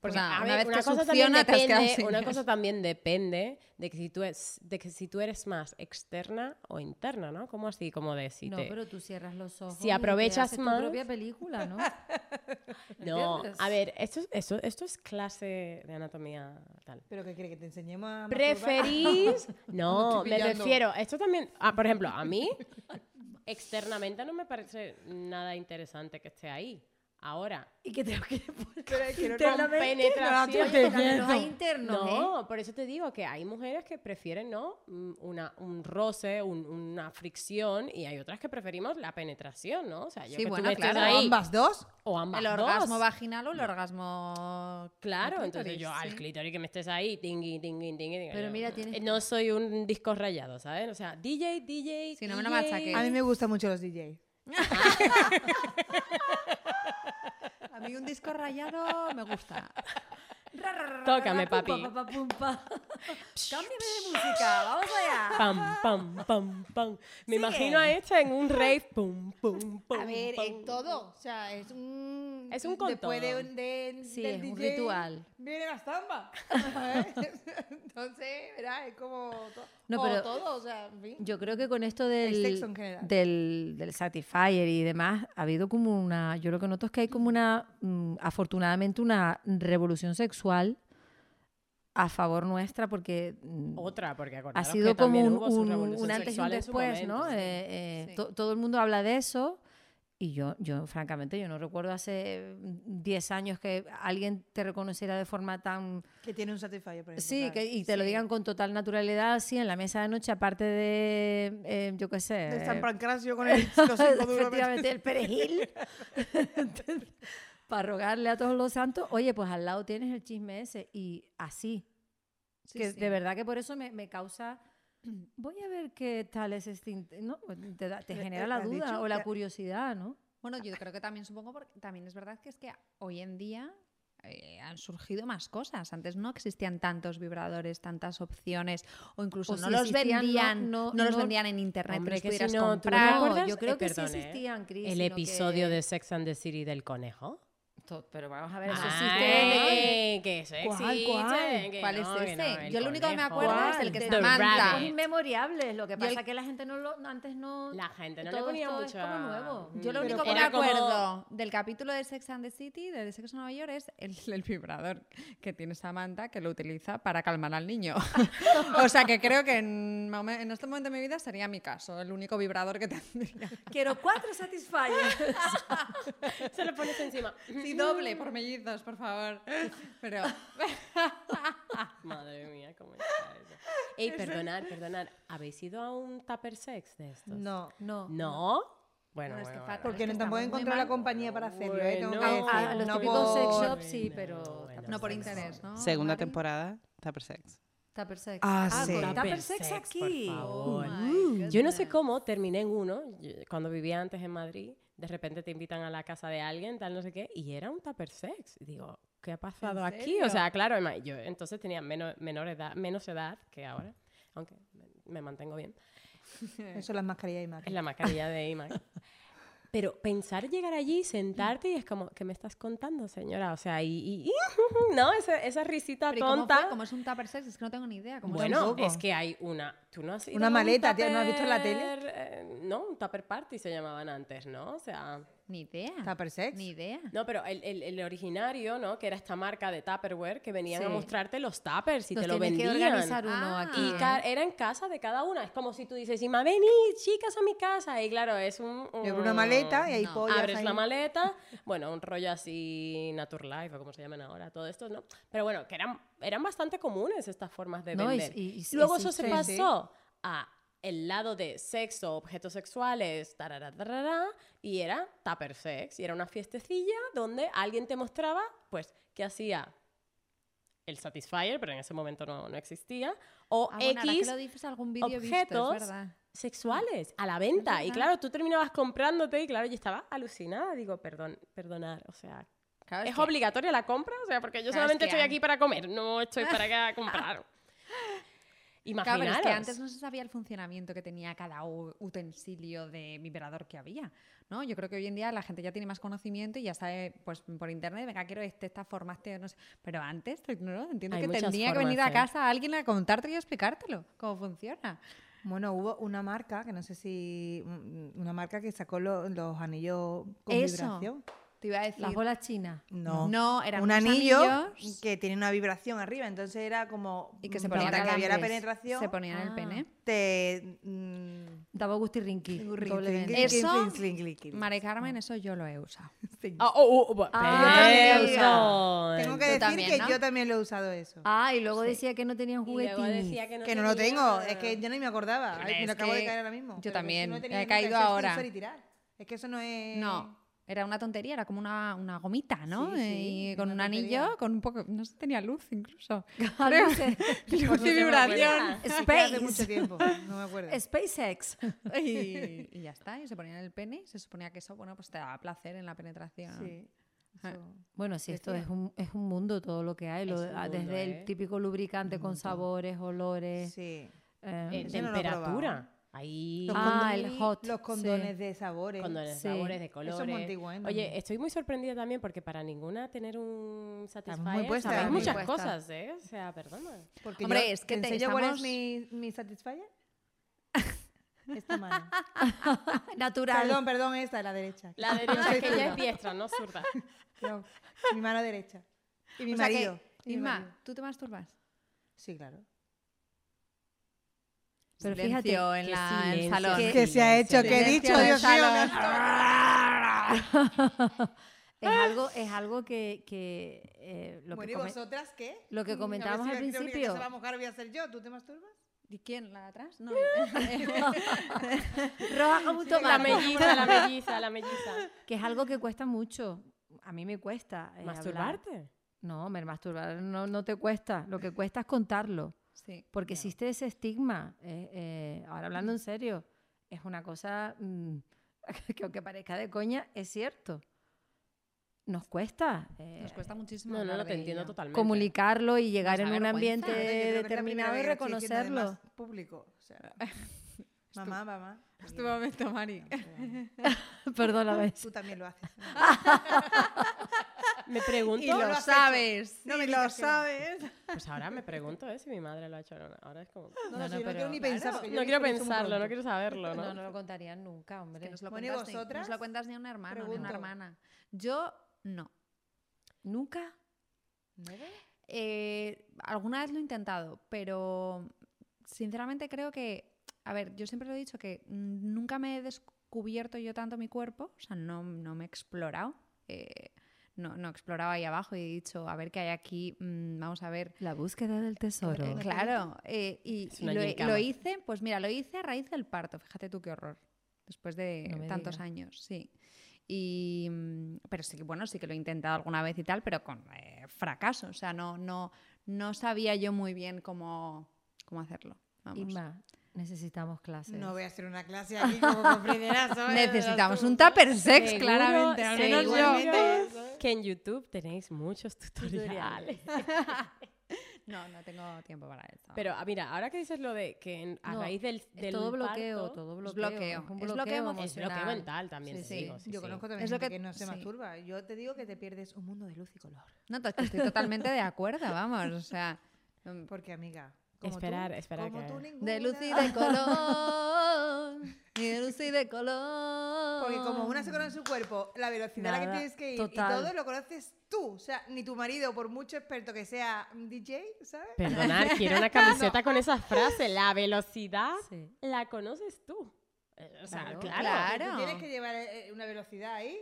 [SPEAKER 1] Porque
[SPEAKER 2] nada,
[SPEAKER 1] a
[SPEAKER 2] una
[SPEAKER 1] ver,
[SPEAKER 2] vez que
[SPEAKER 1] cosa también
[SPEAKER 2] succiona, te has quedado
[SPEAKER 1] depende-
[SPEAKER 2] sin
[SPEAKER 1] una
[SPEAKER 2] gas.
[SPEAKER 1] cosa también depende de que si tú es, de que si tú eres más externa o interna, ¿no? Como así, como de si
[SPEAKER 4] no,
[SPEAKER 1] te-
[SPEAKER 4] pero tú cierras los ojos.
[SPEAKER 1] Si aprovechas
[SPEAKER 4] y te haces
[SPEAKER 1] más-
[SPEAKER 4] tu propia película, ¿no?
[SPEAKER 1] No,
[SPEAKER 4] ¿Entiendes?
[SPEAKER 1] a ver, esto, es- esto, esto es clase de anatomía tal.
[SPEAKER 3] ¿Pero qué quiere que te enseñemos a masturbar?
[SPEAKER 1] ¿Preferís? No,
[SPEAKER 3] estoy
[SPEAKER 1] me
[SPEAKER 3] pillando.
[SPEAKER 1] refiero. Esto también, ah, por ejemplo, a mí externamente no me parece nada interesante que esté ahí. Ahora,
[SPEAKER 4] y que tengo que
[SPEAKER 3] Pero es que no-
[SPEAKER 1] con penetración.
[SPEAKER 4] los hay internos, ¿eh?
[SPEAKER 1] No, por eso te digo que hay mujeres que prefieren, ¿no? Mm, Una, un roce, un- una fricción, y hay otras que preferimos la penetración, ¿no? O sea, yo
[SPEAKER 2] Sí,
[SPEAKER 1] que
[SPEAKER 2] bueno,
[SPEAKER 1] tú estés
[SPEAKER 2] claro,
[SPEAKER 1] ahí,
[SPEAKER 3] ambas dos.
[SPEAKER 1] o ambas
[SPEAKER 2] El orgasmo
[SPEAKER 1] dos.
[SPEAKER 2] vaginal o el orgasmo.
[SPEAKER 1] Claro,
[SPEAKER 2] con
[SPEAKER 1] entonces
[SPEAKER 2] clítoris,
[SPEAKER 1] yo al
[SPEAKER 2] sí.
[SPEAKER 1] clítoris que me estés ahí, tingui, tingui, tingui. digo
[SPEAKER 4] Pero
[SPEAKER 1] yo,
[SPEAKER 4] mira,
[SPEAKER 1] "Mm,
[SPEAKER 4] tienes
[SPEAKER 1] eh,
[SPEAKER 4] que-
[SPEAKER 1] No soy un disco rayado, ¿sabes? O sea, DJ, DJ.
[SPEAKER 2] Sí, no me lo
[SPEAKER 1] DJ.
[SPEAKER 2] machaques.
[SPEAKER 3] A mí me gustan mucho los DJ.
[SPEAKER 2] A mí un disco rayado me gusta.
[SPEAKER 1] Tócame, papi.
[SPEAKER 4] Pumpa, Cámbiame de música, vamos allá.
[SPEAKER 1] Pam, pam, pam, pam. Me imagino a esta en un rave. Pum, pum, pum.
[SPEAKER 6] A ver,
[SPEAKER 1] pum,
[SPEAKER 6] en todo. O sea, es un.
[SPEAKER 1] Es un con
[SPEAKER 6] Después de,
[SPEAKER 1] todo.
[SPEAKER 6] un- de-
[SPEAKER 4] Sí,
[SPEAKER 6] del
[SPEAKER 4] es un
[SPEAKER 6] DJ
[SPEAKER 4] ritual.
[SPEAKER 6] Viene la zamba. Entonces, ¿verdad? Es como. to-
[SPEAKER 4] No,
[SPEAKER 6] o
[SPEAKER 4] pero-
[SPEAKER 6] todo, o sea, en fin.
[SPEAKER 4] Yo creo que con esto
[SPEAKER 6] El
[SPEAKER 4] del,
[SPEAKER 6] sexo en general.
[SPEAKER 4] del, del Satisfyer y demás, ha habido como una. Yo lo que noto es que hay como una. mm, afortunadamente, una revolución sexual a favor nuestra, porque. mm,
[SPEAKER 1] Otra, porque
[SPEAKER 4] ha
[SPEAKER 1] acordaros
[SPEAKER 4] sido
[SPEAKER 1] que también
[SPEAKER 4] como un,
[SPEAKER 1] hubo su
[SPEAKER 4] un-
[SPEAKER 1] revolución
[SPEAKER 4] un antes y un
[SPEAKER 1] sexual en su
[SPEAKER 4] después,
[SPEAKER 1] momento,
[SPEAKER 4] ¿no?
[SPEAKER 1] sí.
[SPEAKER 4] Eh, eh,
[SPEAKER 2] Sí.
[SPEAKER 4] to- todo el mundo habla de eso y yo, yo francamente, yo no recuerdo hace mm, 10 años que alguien te reconociera de forma tan...
[SPEAKER 3] Que tiene un satisfier, por ejemplo,
[SPEAKER 4] Sí,
[SPEAKER 3] claro.
[SPEAKER 4] que, y te lo digan con total naturalidad, así, en la mesa de noche, aparte de, eh, yo qué sé...
[SPEAKER 3] De San
[SPEAKER 4] eh,
[SPEAKER 3] Pancracio con el los cinco duros.
[SPEAKER 4] efectivamente, el perejil. Para rogarle a todos los santos, oye, pues al lado tienes el chisme ese y así. que
[SPEAKER 2] sí.
[SPEAKER 4] De verdad que por eso me, me causa... Voy a ver qué tal es este... int- No, te, da- te
[SPEAKER 3] Eh,
[SPEAKER 4] genera
[SPEAKER 3] eh,
[SPEAKER 4] la
[SPEAKER 3] has
[SPEAKER 4] duda
[SPEAKER 3] dicho
[SPEAKER 4] o
[SPEAKER 3] que-
[SPEAKER 4] la curiosidad, ¿no?
[SPEAKER 2] Bueno, yo creo que también supongo porque también es verdad que es que hoy en día eh, han surgido más cosas. Antes no existían tantos vibradores, tantas opciones, o incluso
[SPEAKER 4] O
[SPEAKER 2] no
[SPEAKER 4] si
[SPEAKER 2] los
[SPEAKER 4] existían, no-
[SPEAKER 2] vendían, no,
[SPEAKER 4] no-
[SPEAKER 2] los
[SPEAKER 4] no-
[SPEAKER 2] vendían en internet,
[SPEAKER 1] Hombre,
[SPEAKER 2] que los
[SPEAKER 1] que si
[SPEAKER 2] pudieras
[SPEAKER 1] no, ¿tú no te
[SPEAKER 2] comprar.
[SPEAKER 1] acuerdas?
[SPEAKER 4] yo creo
[SPEAKER 1] Eh,
[SPEAKER 4] que
[SPEAKER 1] perdón,
[SPEAKER 4] sí
[SPEAKER 1] ¿eh?
[SPEAKER 4] existían, Cris.
[SPEAKER 1] El episodio de Sex and the City del conejo.
[SPEAKER 4] Pero vamos a ver, eso existe.
[SPEAKER 1] Ay, que eso
[SPEAKER 4] Ah. ¿Cuál,
[SPEAKER 1] existe,
[SPEAKER 4] cuál?
[SPEAKER 1] que
[SPEAKER 2] ¿Cuál es
[SPEAKER 1] no, que
[SPEAKER 2] ese?
[SPEAKER 1] no, el
[SPEAKER 2] Yo lo único que me
[SPEAKER 1] conejo.
[SPEAKER 2] acuerdo es el que
[SPEAKER 1] The
[SPEAKER 2] Samantha-
[SPEAKER 1] Rabbit.
[SPEAKER 4] Son inmemoriables, lo que
[SPEAKER 2] Yo el-
[SPEAKER 4] pasa es que la gente no lo, antes no...
[SPEAKER 1] La gente no le
[SPEAKER 4] Todo
[SPEAKER 1] ponía
[SPEAKER 4] esto es
[SPEAKER 1] mucha...
[SPEAKER 4] como nuevo.
[SPEAKER 1] Mm.
[SPEAKER 2] Yo lo
[SPEAKER 3] Pero
[SPEAKER 2] único que me
[SPEAKER 1] era como-
[SPEAKER 2] acuerdo del capítulo de Sex and the City, de The Sex en Nueva York, es el, el vibrador que tiene Samantha que lo utiliza para calmar al niño. o sea que creo que en, momen- en este momento de mi vida sería mi caso, el único vibrador que tendría.
[SPEAKER 4] Quiero cuatro Satisfyers.
[SPEAKER 1] Se lo pones encima.
[SPEAKER 2] Sí, doble por mellizos, por favor. Pero
[SPEAKER 1] Madre mía, cómo está eso. Ey, perdonad, perdonad. ¿Habéis ido a un tupper sex de estos?
[SPEAKER 3] No.
[SPEAKER 4] No.
[SPEAKER 1] ¿No. Bueno,
[SPEAKER 2] No, es que
[SPEAKER 1] bueno,
[SPEAKER 2] fatal.
[SPEAKER 1] bueno.
[SPEAKER 3] Porque no tampoco he encontrado la compañía para hacerlo, ¿eh? Tengo que
[SPEAKER 1] Bueno,
[SPEAKER 3] decir.
[SPEAKER 4] A, a los
[SPEAKER 3] no
[SPEAKER 4] típicos
[SPEAKER 3] por-
[SPEAKER 4] sex shops sí,
[SPEAKER 1] No,
[SPEAKER 4] pero
[SPEAKER 1] bueno,
[SPEAKER 4] tupper
[SPEAKER 2] no por
[SPEAKER 4] sex.
[SPEAKER 2] interés,
[SPEAKER 1] Ah,
[SPEAKER 2] ¿no?
[SPEAKER 5] Segunda
[SPEAKER 2] Mari?
[SPEAKER 5] temporada, Tupper Sex.
[SPEAKER 4] Tupper sex.
[SPEAKER 3] Ah, sí.
[SPEAKER 4] con
[SPEAKER 3] Tupper
[SPEAKER 4] Tupper sex aquí.
[SPEAKER 1] Por
[SPEAKER 2] Oh
[SPEAKER 1] favor.
[SPEAKER 2] my
[SPEAKER 1] Mm. Yo no sé
[SPEAKER 2] goodness.
[SPEAKER 1] cómo terminé en uno, yo- cuando vivía antes en Madrid, de repente te invitan a la casa de alguien, tal, no sé qué, y era un tupper sex. Y digo, ¿qué ha pasado
[SPEAKER 2] ¿En
[SPEAKER 1] aquí?
[SPEAKER 2] serio?
[SPEAKER 1] O sea, claro, ima- yo entonces tenía menos, menor edad, menos edad que ahora, aunque me- me mantengo bien.
[SPEAKER 3] Eso las mascarillas y más.
[SPEAKER 1] Es la mascarilla de IMAX. Pero pensar llegar allí, sentarte y es como, ¿qué me estás contando, señora? O sea, y, y- y- ¿no? Esa, esa risita
[SPEAKER 2] Pero ¿y cómo
[SPEAKER 1] tonta.
[SPEAKER 2] fue? ¿Cómo es un tupper sex? Es que no tengo ni idea. ¿Cómo es?
[SPEAKER 1] Bueno,
[SPEAKER 3] tampoco.
[SPEAKER 1] es que hay una. ¿Tú no has ido
[SPEAKER 3] Una
[SPEAKER 1] a un
[SPEAKER 3] maleta, tía, ¿no has visto en la
[SPEAKER 1] tupper,
[SPEAKER 3] tele?
[SPEAKER 1] eh, no, un tupper party se llamaban antes, ¿no? O sea.
[SPEAKER 2] Ni idea.
[SPEAKER 3] Tupper sex.
[SPEAKER 2] Ni idea.
[SPEAKER 1] No, pero el, el- el originario, ¿no? Que era esta marca de Tupperware que venían a
[SPEAKER 4] Sí.
[SPEAKER 1] mostrarte los tuppers y
[SPEAKER 4] Nos
[SPEAKER 1] te lo
[SPEAKER 4] tienes que
[SPEAKER 1] vendían.
[SPEAKER 4] organizar uno
[SPEAKER 2] Ah.
[SPEAKER 4] aquí.
[SPEAKER 1] Y
[SPEAKER 4] ¿eh?
[SPEAKER 1] ca- era en casa de cada una. Es como si tú dices, Ima, venid, chicas, a mi casa. Y claro, es un...
[SPEAKER 3] Llevo
[SPEAKER 1] un-
[SPEAKER 3] una maleta y hay
[SPEAKER 2] No.
[SPEAKER 3] pollas
[SPEAKER 1] Abres
[SPEAKER 3] ahí.
[SPEAKER 1] la maleta, bueno, un rollo así Naturlife o como se llaman ahora, todo esto, ¿no? Pero bueno, que eran, eran bastante comunes estas formas de
[SPEAKER 4] No, y-
[SPEAKER 1] vender.
[SPEAKER 4] y- y-
[SPEAKER 1] Luego eso se
[SPEAKER 3] existe, sí.
[SPEAKER 1] pasó a el lado de sexo, objetos sexuales, tarara, tarara, y era tupper sex, y era una fiestecilla donde alguien te mostraba, pues, que hacía el Satisfyer, pero en ese momento no, no existía, o
[SPEAKER 2] Ah, bueno, ahora que
[SPEAKER 1] X
[SPEAKER 2] lo dices, algún vídeo visto,
[SPEAKER 1] objetos
[SPEAKER 2] es verdad.
[SPEAKER 1] sexuales a la venta. Y
[SPEAKER 2] verdad.
[SPEAKER 1] claro, tú terminabas comprándote y claro, yo estaba alucinada. Digo, perdón, perdonar, o sea,
[SPEAKER 2] Claro,
[SPEAKER 1] ¿es,
[SPEAKER 2] que-
[SPEAKER 1] obligatoria la compra? O sea, porque yo
[SPEAKER 2] Claro, es
[SPEAKER 1] solamente
[SPEAKER 2] que
[SPEAKER 1] estoy
[SPEAKER 2] an-
[SPEAKER 1] aquí para comer, no estoy para acá comprar.
[SPEAKER 2] claro, pero
[SPEAKER 1] Imaginaros.
[SPEAKER 2] es que antes no se sabía el funcionamiento que tenía cada u- utensilio de vibrador que había, ¿no? Yo creo que hoy en día la gente ya tiene más conocimiento y ya sabe, pues, por internet, venga, quiero este, esta forma, este, no sé. Pero antes, no, entiendo
[SPEAKER 1] Hay
[SPEAKER 2] que
[SPEAKER 1] muchas
[SPEAKER 2] tendría que
[SPEAKER 1] formas,
[SPEAKER 2] venir a
[SPEAKER 1] ¿eh?
[SPEAKER 2] casa alguien a contártelo y a explicártelo, cómo funciona.
[SPEAKER 3] Bueno, hubo una marca, que no sé si... mm, Una marca que sacó lo- los anillos con
[SPEAKER 2] Eso.
[SPEAKER 3] vibración.
[SPEAKER 2] Te iba a decir...
[SPEAKER 4] Las bolas chinas.
[SPEAKER 3] No.
[SPEAKER 2] No, eran
[SPEAKER 3] un
[SPEAKER 2] unos
[SPEAKER 3] anillo
[SPEAKER 2] anillos.
[SPEAKER 3] que tiene una vibración arriba, entonces era como
[SPEAKER 2] y que se
[SPEAKER 3] mm,
[SPEAKER 2] ponían
[SPEAKER 3] para que había la
[SPEAKER 4] alambres,
[SPEAKER 3] penetración.
[SPEAKER 2] Se ponían en el
[SPEAKER 4] Ah.
[SPEAKER 2] pene.
[SPEAKER 3] te mm,
[SPEAKER 4] Daba gusti rinqui.
[SPEAKER 3] rinqui,
[SPEAKER 4] doblemente.
[SPEAKER 3] rinqui,
[SPEAKER 2] Eso-
[SPEAKER 3] rinqui, rinqui, rinqui.
[SPEAKER 2] Mare Carmen, eso yo lo he usado.
[SPEAKER 3] Sí.
[SPEAKER 1] Ah, oh, oh, oh,
[SPEAKER 4] Ah,
[SPEAKER 1] perdón.
[SPEAKER 3] Tengo que
[SPEAKER 2] Tú
[SPEAKER 3] decir
[SPEAKER 2] también,
[SPEAKER 3] que
[SPEAKER 2] ¿no?
[SPEAKER 3] yo también lo he usado eso.
[SPEAKER 4] Ah, y luego decía que no
[SPEAKER 1] Y
[SPEAKER 4] tenían
[SPEAKER 1] luego
[SPEAKER 4] juguetines.
[SPEAKER 1] decía que no
[SPEAKER 3] que no lo
[SPEAKER 1] tenía-
[SPEAKER 3] tengo, es que yo ni me acordaba. Ay,
[SPEAKER 2] Hombre,
[SPEAKER 3] me lo
[SPEAKER 2] es
[SPEAKER 3] acabo de
[SPEAKER 2] que
[SPEAKER 3] caer ahora mismo.
[SPEAKER 2] yo
[SPEAKER 3] Pero que
[SPEAKER 2] también,
[SPEAKER 3] no
[SPEAKER 2] me
[SPEAKER 3] he tenido
[SPEAKER 2] ha
[SPEAKER 3] nunca,
[SPEAKER 2] caído
[SPEAKER 3] eso es
[SPEAKER 2] ahora.
[SPEAKER 3] usar y tirar. Es que eso no es...
[SPEAKER 2] No, era una tontería, era como una, una gomita, ¿no?
[SPEAKER 3] Sí,
[SPEAKER 2] Eh,
[SPEAKER 3] sí,
[SPEAKER 2] y con
[SPEAKER 3] una
[SPEAKER 2] un
[SPEAKER 3] tontería.
[SPEAKER 2] anillo, con un poco, no sé, tenía luz incluso.
[SPEAKER 4] Ah, no sé.
[SPEAKER 2] luz y vibración.
[SPEAKER 3] Es que hace mucho
[SPEAKER 4] Space.
[SPEAKER 3] tiempo, no me acuerdo.
[SPEAKER 4] SpaceX.
[SPEAKER 2] Y, y ya está, y se ponía en el pene y se suponía que eso, bueno, pues te daba placer en la penetración.
[SPEAKER 3] Sí, eso.
[SPEAKER 4] Bueno, sí, esto es un, es un mundo todo lo que hay. lo-
[SPEAKER 1] Es un
[SPEAKER 4] ah, desde
[SPEAKER 1] mundo, ¿eh?
[SPEAKER 4] el típico lubricante con sabores, olores.
[SPEAKER 3] Sí.
[SPEAKER 4] eh,
[SPEAKER 1] Eh,
[SPEAKER 3] Eso no lo he
[SPEAKER 1] temperatura. Ahí.
[SPEAKER 3] Los
[SPEAKER 4] Ah,
[SPEAKER 3] condones-
[SPEAKER 4] el hot,
[SPEAKER 3] Los
[SPEAKER 4] sí.
[SPEAKER 3] condones de sabores.
[SPEAKER 1] Cuando de
[SPEAKER 4] Sí.
[SPEAKER 1] sabores, de
[SPEAKER 3] es ¿eh?
[SPEAKER 1] colores.
[SPEAKER 3] multigüeno.
[SPEAKER 1] Oye, eh, estoy muy sorprendida también porque para ninguna tener un Satisfyer
[SPEAKER 3] puesta,
[SPEAKER 1] sabéis
[SPEAKER 3] muy
[SPEAKER 1] muchas
[SPEAKER 2] puesta.
[SPEAKER 1] cosas, ¿eh? O sea, perdona.
[SPEAKER 3] Porque
[SPEAKER 2] Hombre,
[SPEAKER 3] yo-
[SPEAKER 2] es que te-
[SPEAKER 3] enseño cuál es
[SPEAKER 2] estamos-
[SPEAKER 3] mi, mi Satisfyer? Esta mano.
[SPEAKER 4] Natural.
[SPEAKER 3] perdón, perdón, esta, la derecha.
[SPEAKER 1] La derecha
[SPEAKER 3] soy
[SPEAKER 1] que
[SPEAKER 3] zurda.
[SPEAKER 1] ya es diestra, no zurda.
[SPEAKER 3] No, mi mano derecha. Y mi
[SPEAKER 2] O sea que,
[SPEAKER 3] marido. y mi
[SPEAKER 2] Inma,
[SPEAKER 3] marido.
[SPEAKER 2] ¿tú te masturbas?
[SPEAKER 3] Sí, claro.
[SPEAKER 4] Pero fíjate,
[SPEAKER 2] Silencio en
[SPEAKER 1] qué
[SPEAKER 2] la- en el
[SPEAKER 1] silencio.
[SPEAKER 2] salón.
[SPEAKER 1] Qué-
[SPEAKER 3] Que se ha hecho, que he
[SPEAKER 2] Silencio
[SPEAKER 3] dicho,
[SPEAKER 2] de
[SPEAKER 3] Dios mío.
[SPEAKER 2] salón.
[SPEAKER 4] es algo, es algo que, que, eh, lo,
[SPEAKER 3] Bueno,
[SPEAKER 4] que
[SPEAKER 3] ¿y
[SPEAKER 4] come-
[SPEAKER 3] vosotras qué?
[SPEAKER 4] lo que
[SPEAKER 3] A ver
[SPEAKER 4] comentábamos
[SPEAKER 3] si
[SPEAKER 4] al
[SPEAKER 3] aquí la única que
[SPEAKER 4] principio.
[SPEAKER 3] se va a mojar voy a ser yo. ¿Tú te masturbas?
[SPEAKER 2] ¿Y quién? ¿La de atrás? No.
[SPEAKER 4] Roja como un
[SPEAKER 1] La
[SPEAKER 4] tomate,
[SPEAKER 1] melliza, la melliza, la melliza.
[SPEAKER 4] que es algo que cuesta mucho. A mí me cuesta. eh, hablar.
[SPEAKER 1] ¿Masturbarte?
[SPEAKER 4] No, me- masturbar no, no te cuesta. Lo que cuesta es contarlo.
[SPEAKER 2] sí.
[SPEAKER 4] Porque existe ese estigma. eh, eh, ahora hablando en serio, es una cosa mm, que aunque parezca de coña, es cierto. Nos cuesta. eh,
[SPEAKER 2] Nos cuesta muchísimo.
[SPEAKER 1] No, no,
[SPEAKER 2] hablar
[SPEAKER 1] no, te
[SPEAKER 2] de
[SPEAKER 1] entiendo
[SPEAKER 2] ello.
[SPEAKER 1] totalmente.
[SPEAKER 4] comunicarlo y llegar
[SPEAKER 2] da
[SPEAKER 4] en un
[SPEAKER 2] vergüenza. Yo
[SPEAKER 4] ambiente
[SPEAKER 2] creo
[SPEAKER 3] Yo creo que es la
[SPEAKER 4] determinado y
[SPEAKER 3] primera vez que lo estoy diciendo,
[SPEAKER 4] reconocerlo.
[SPEAKER 3] además, público. O sea, mamá, mamá.
[SPEAKER 2] Es tu momento, Mari.
[SPEAKER 4] Perdóname.
[SPEAKER 3] Tú también lo haces.
[SPEAKER 1] Me pregunto.
[SPEAKER 2] Y lo
[SPEAKER 3] has hecho.
[SPEAKER 2] sabes.
[SPEAKER 3] No me lo sabes.
[SPEAKER 1] Pues ahora me pregunto eh, si mi madre lo ha hecho o no. Ahora es como.
[SPEAKER 3] No,
[SPEAKER 4] No,
[SPEAKER 3] no,
[SPEAKER 4] no,
[SPEAKER 3] sí, no
[SPEAKER 4] pero-
[SPEAKER 3] quiero ni pensar. porque yo
[SPEAKER 1] No
[SPEAKER 3] he
[SPEAKER 1] quiero
[SPEAKER 3] visto que somos
[SPEAKER 1] pensarlo, no
[SPEAKER 3] pronto.
[SPEAKER 1] quiero saberlo,
[SPEAKER 4] No,
[SPEAKER 1] ¿no?
[SPEAKER 4] no lo contarían nunca, hombre.
[SPEAKER 2] Que nos lo
[SPEAKER 3] Bueno, ¿y
[SPEAKER 2] cuentas ni-
[SPEAKER 3] vosotras?
[SPEAKER 2] Nos lo cuentas ni a un hermano, ni a una
[SPEAKER 3] Pregunto.
[SPEAKER 2] hermana. Yo, no.
[SPEAKER 4] ¿Nunca?
[SPEAKER 2] Eh, alguna vez lo he intentado, pero sinceramente creo que, a ver, yo siempre lo he dicho que mm, nunca me he descubierto yo tanto mi cuerpo, o sea, no, no me he explorado, eh, no, no he explorado ahí abajo y he dicho, a ver qué hay aquí, mm, vamos a ver.
[SPEAKER 4] La búsqueda del tesoro.
[SPEAKER 2] Eh, Claro, eh, y,
[SPEAKER 1] Es
[SPEAKER 2] y
[SPEAKER 1] una
[SPEAKER 2] lo,
[SPEAKER 1] gincama.
[SPEAKER 2] lo hice, pues mira, lo hice a raíz del parto, fíjate tú qué horror, después de
[SPEAKER 4] No me
[SPEAKER 2] tantos
[SPEAKER 4] digas.
[SPEAKER 2] años, sí. Y, mm, pero sí que, bueno, sí que lo he intentado alguna vez y tal, pero con eh, fracaso, o sea, no, no, no sabía yo muy bien cómo, cómo hacerlo. vamos.
[SPEAKER 4] Inma, necesitamos clases.
[SPEAKER 3] No voy a hacer una clase aquí como comprenderás. ¿sabes?
[SPEAKER 2] Necesitamos un tupper sex,
[SPEAKER 1] Seguro,
[SPEAKER 2] claramente, al menos yo.
[SPEAKER 1] seguro que en YouTube tenéis muchos tutoriales.
[SPEAKER 2] No, no tengo tiempo para eso.
[SPEAKER 1] Pero ah, mira, ahora que dices lo de que en- a
[SPEAKER 4] No,
[SPEAKER 1] raíz del,
[SPEAKER 4] es
[SPEAKER 1] del
[SPEAKER 4] todo bloqueo,
[SPEAKER 1] parto-
[SPEAKER 4] todo
[SPEAKER 2] Es
[SPEAKER 4] bloqueo.
[SPEAKER 2] bloqueo,
[SPEAKER 4] Es un
[SPEAKER 2] es bloqueo
[SPEAKER 4] bloqueo,
[SPEAKER 2] emocional.
[SPEAKER 1] Es bloqueo mental también,
[SPEAKER 4] Sí,
[SPEAKER 1] te
[SPEAKER 4] sí.
[SPEAKER 1] digo, sí,
[SPEAKER 3] Yo
[SPEAKER 1] sí.
[SPEAKER 3] conozco
[SPEAKER 2] Es
[SPEAKER 3] también
[SPEAKER 2] lo
[SPEAKER 3] gente
[SPEAKER 2] que-
[SPEAKER 3] que no se
[SPEAKER 2] sí.
[SPEAKER 3] masturba. Yo te digo que te pierdes un mundo de luz y color.
[SPEAKER 2] No, to- estoy totalmente de acuerdo, vamos. O sea, mm,
[SPEAKER 3] Porque, amiga, como
[SPEAKER 1] Esperar,
[SPEAKER 3] tú,
[SPEAKER 1] esperar
[SPEAKER 3] como
[SPEAKER 1] que-
[SPEAKER 3] tú
[SPEAKER 1] De
[SPEAKER 3] ninguna.
[SPEAKER 2] de luz y de color. y de luz y de color.
[SPEAKER 3] Porque como una se conoce su cuerpo, la velocidad a la
[SPEAKER 4] Nada,
[SPEAKER 3] que tienes que ir
[SPEAKER 4] total.
[SPEAKER 3] y todo lo conoces tú. O sea, ni tu marido, por mucho experto que sea mm, DJ, ¿sabes?
[SPEAKER 1] Perdonar, quiero una camiseta con esa frase. La velocidad
[SPEAKER 4] Sí.
[SPEAKER 1] la conoces tú. Eh, O sea,
[SPEAKER 4] Claro,
[SPEAKER 1] claro.
[SPEAKER 2] claro.
[SPEAKER 3] Tú tienes que llevar eh, una velocidad ahí.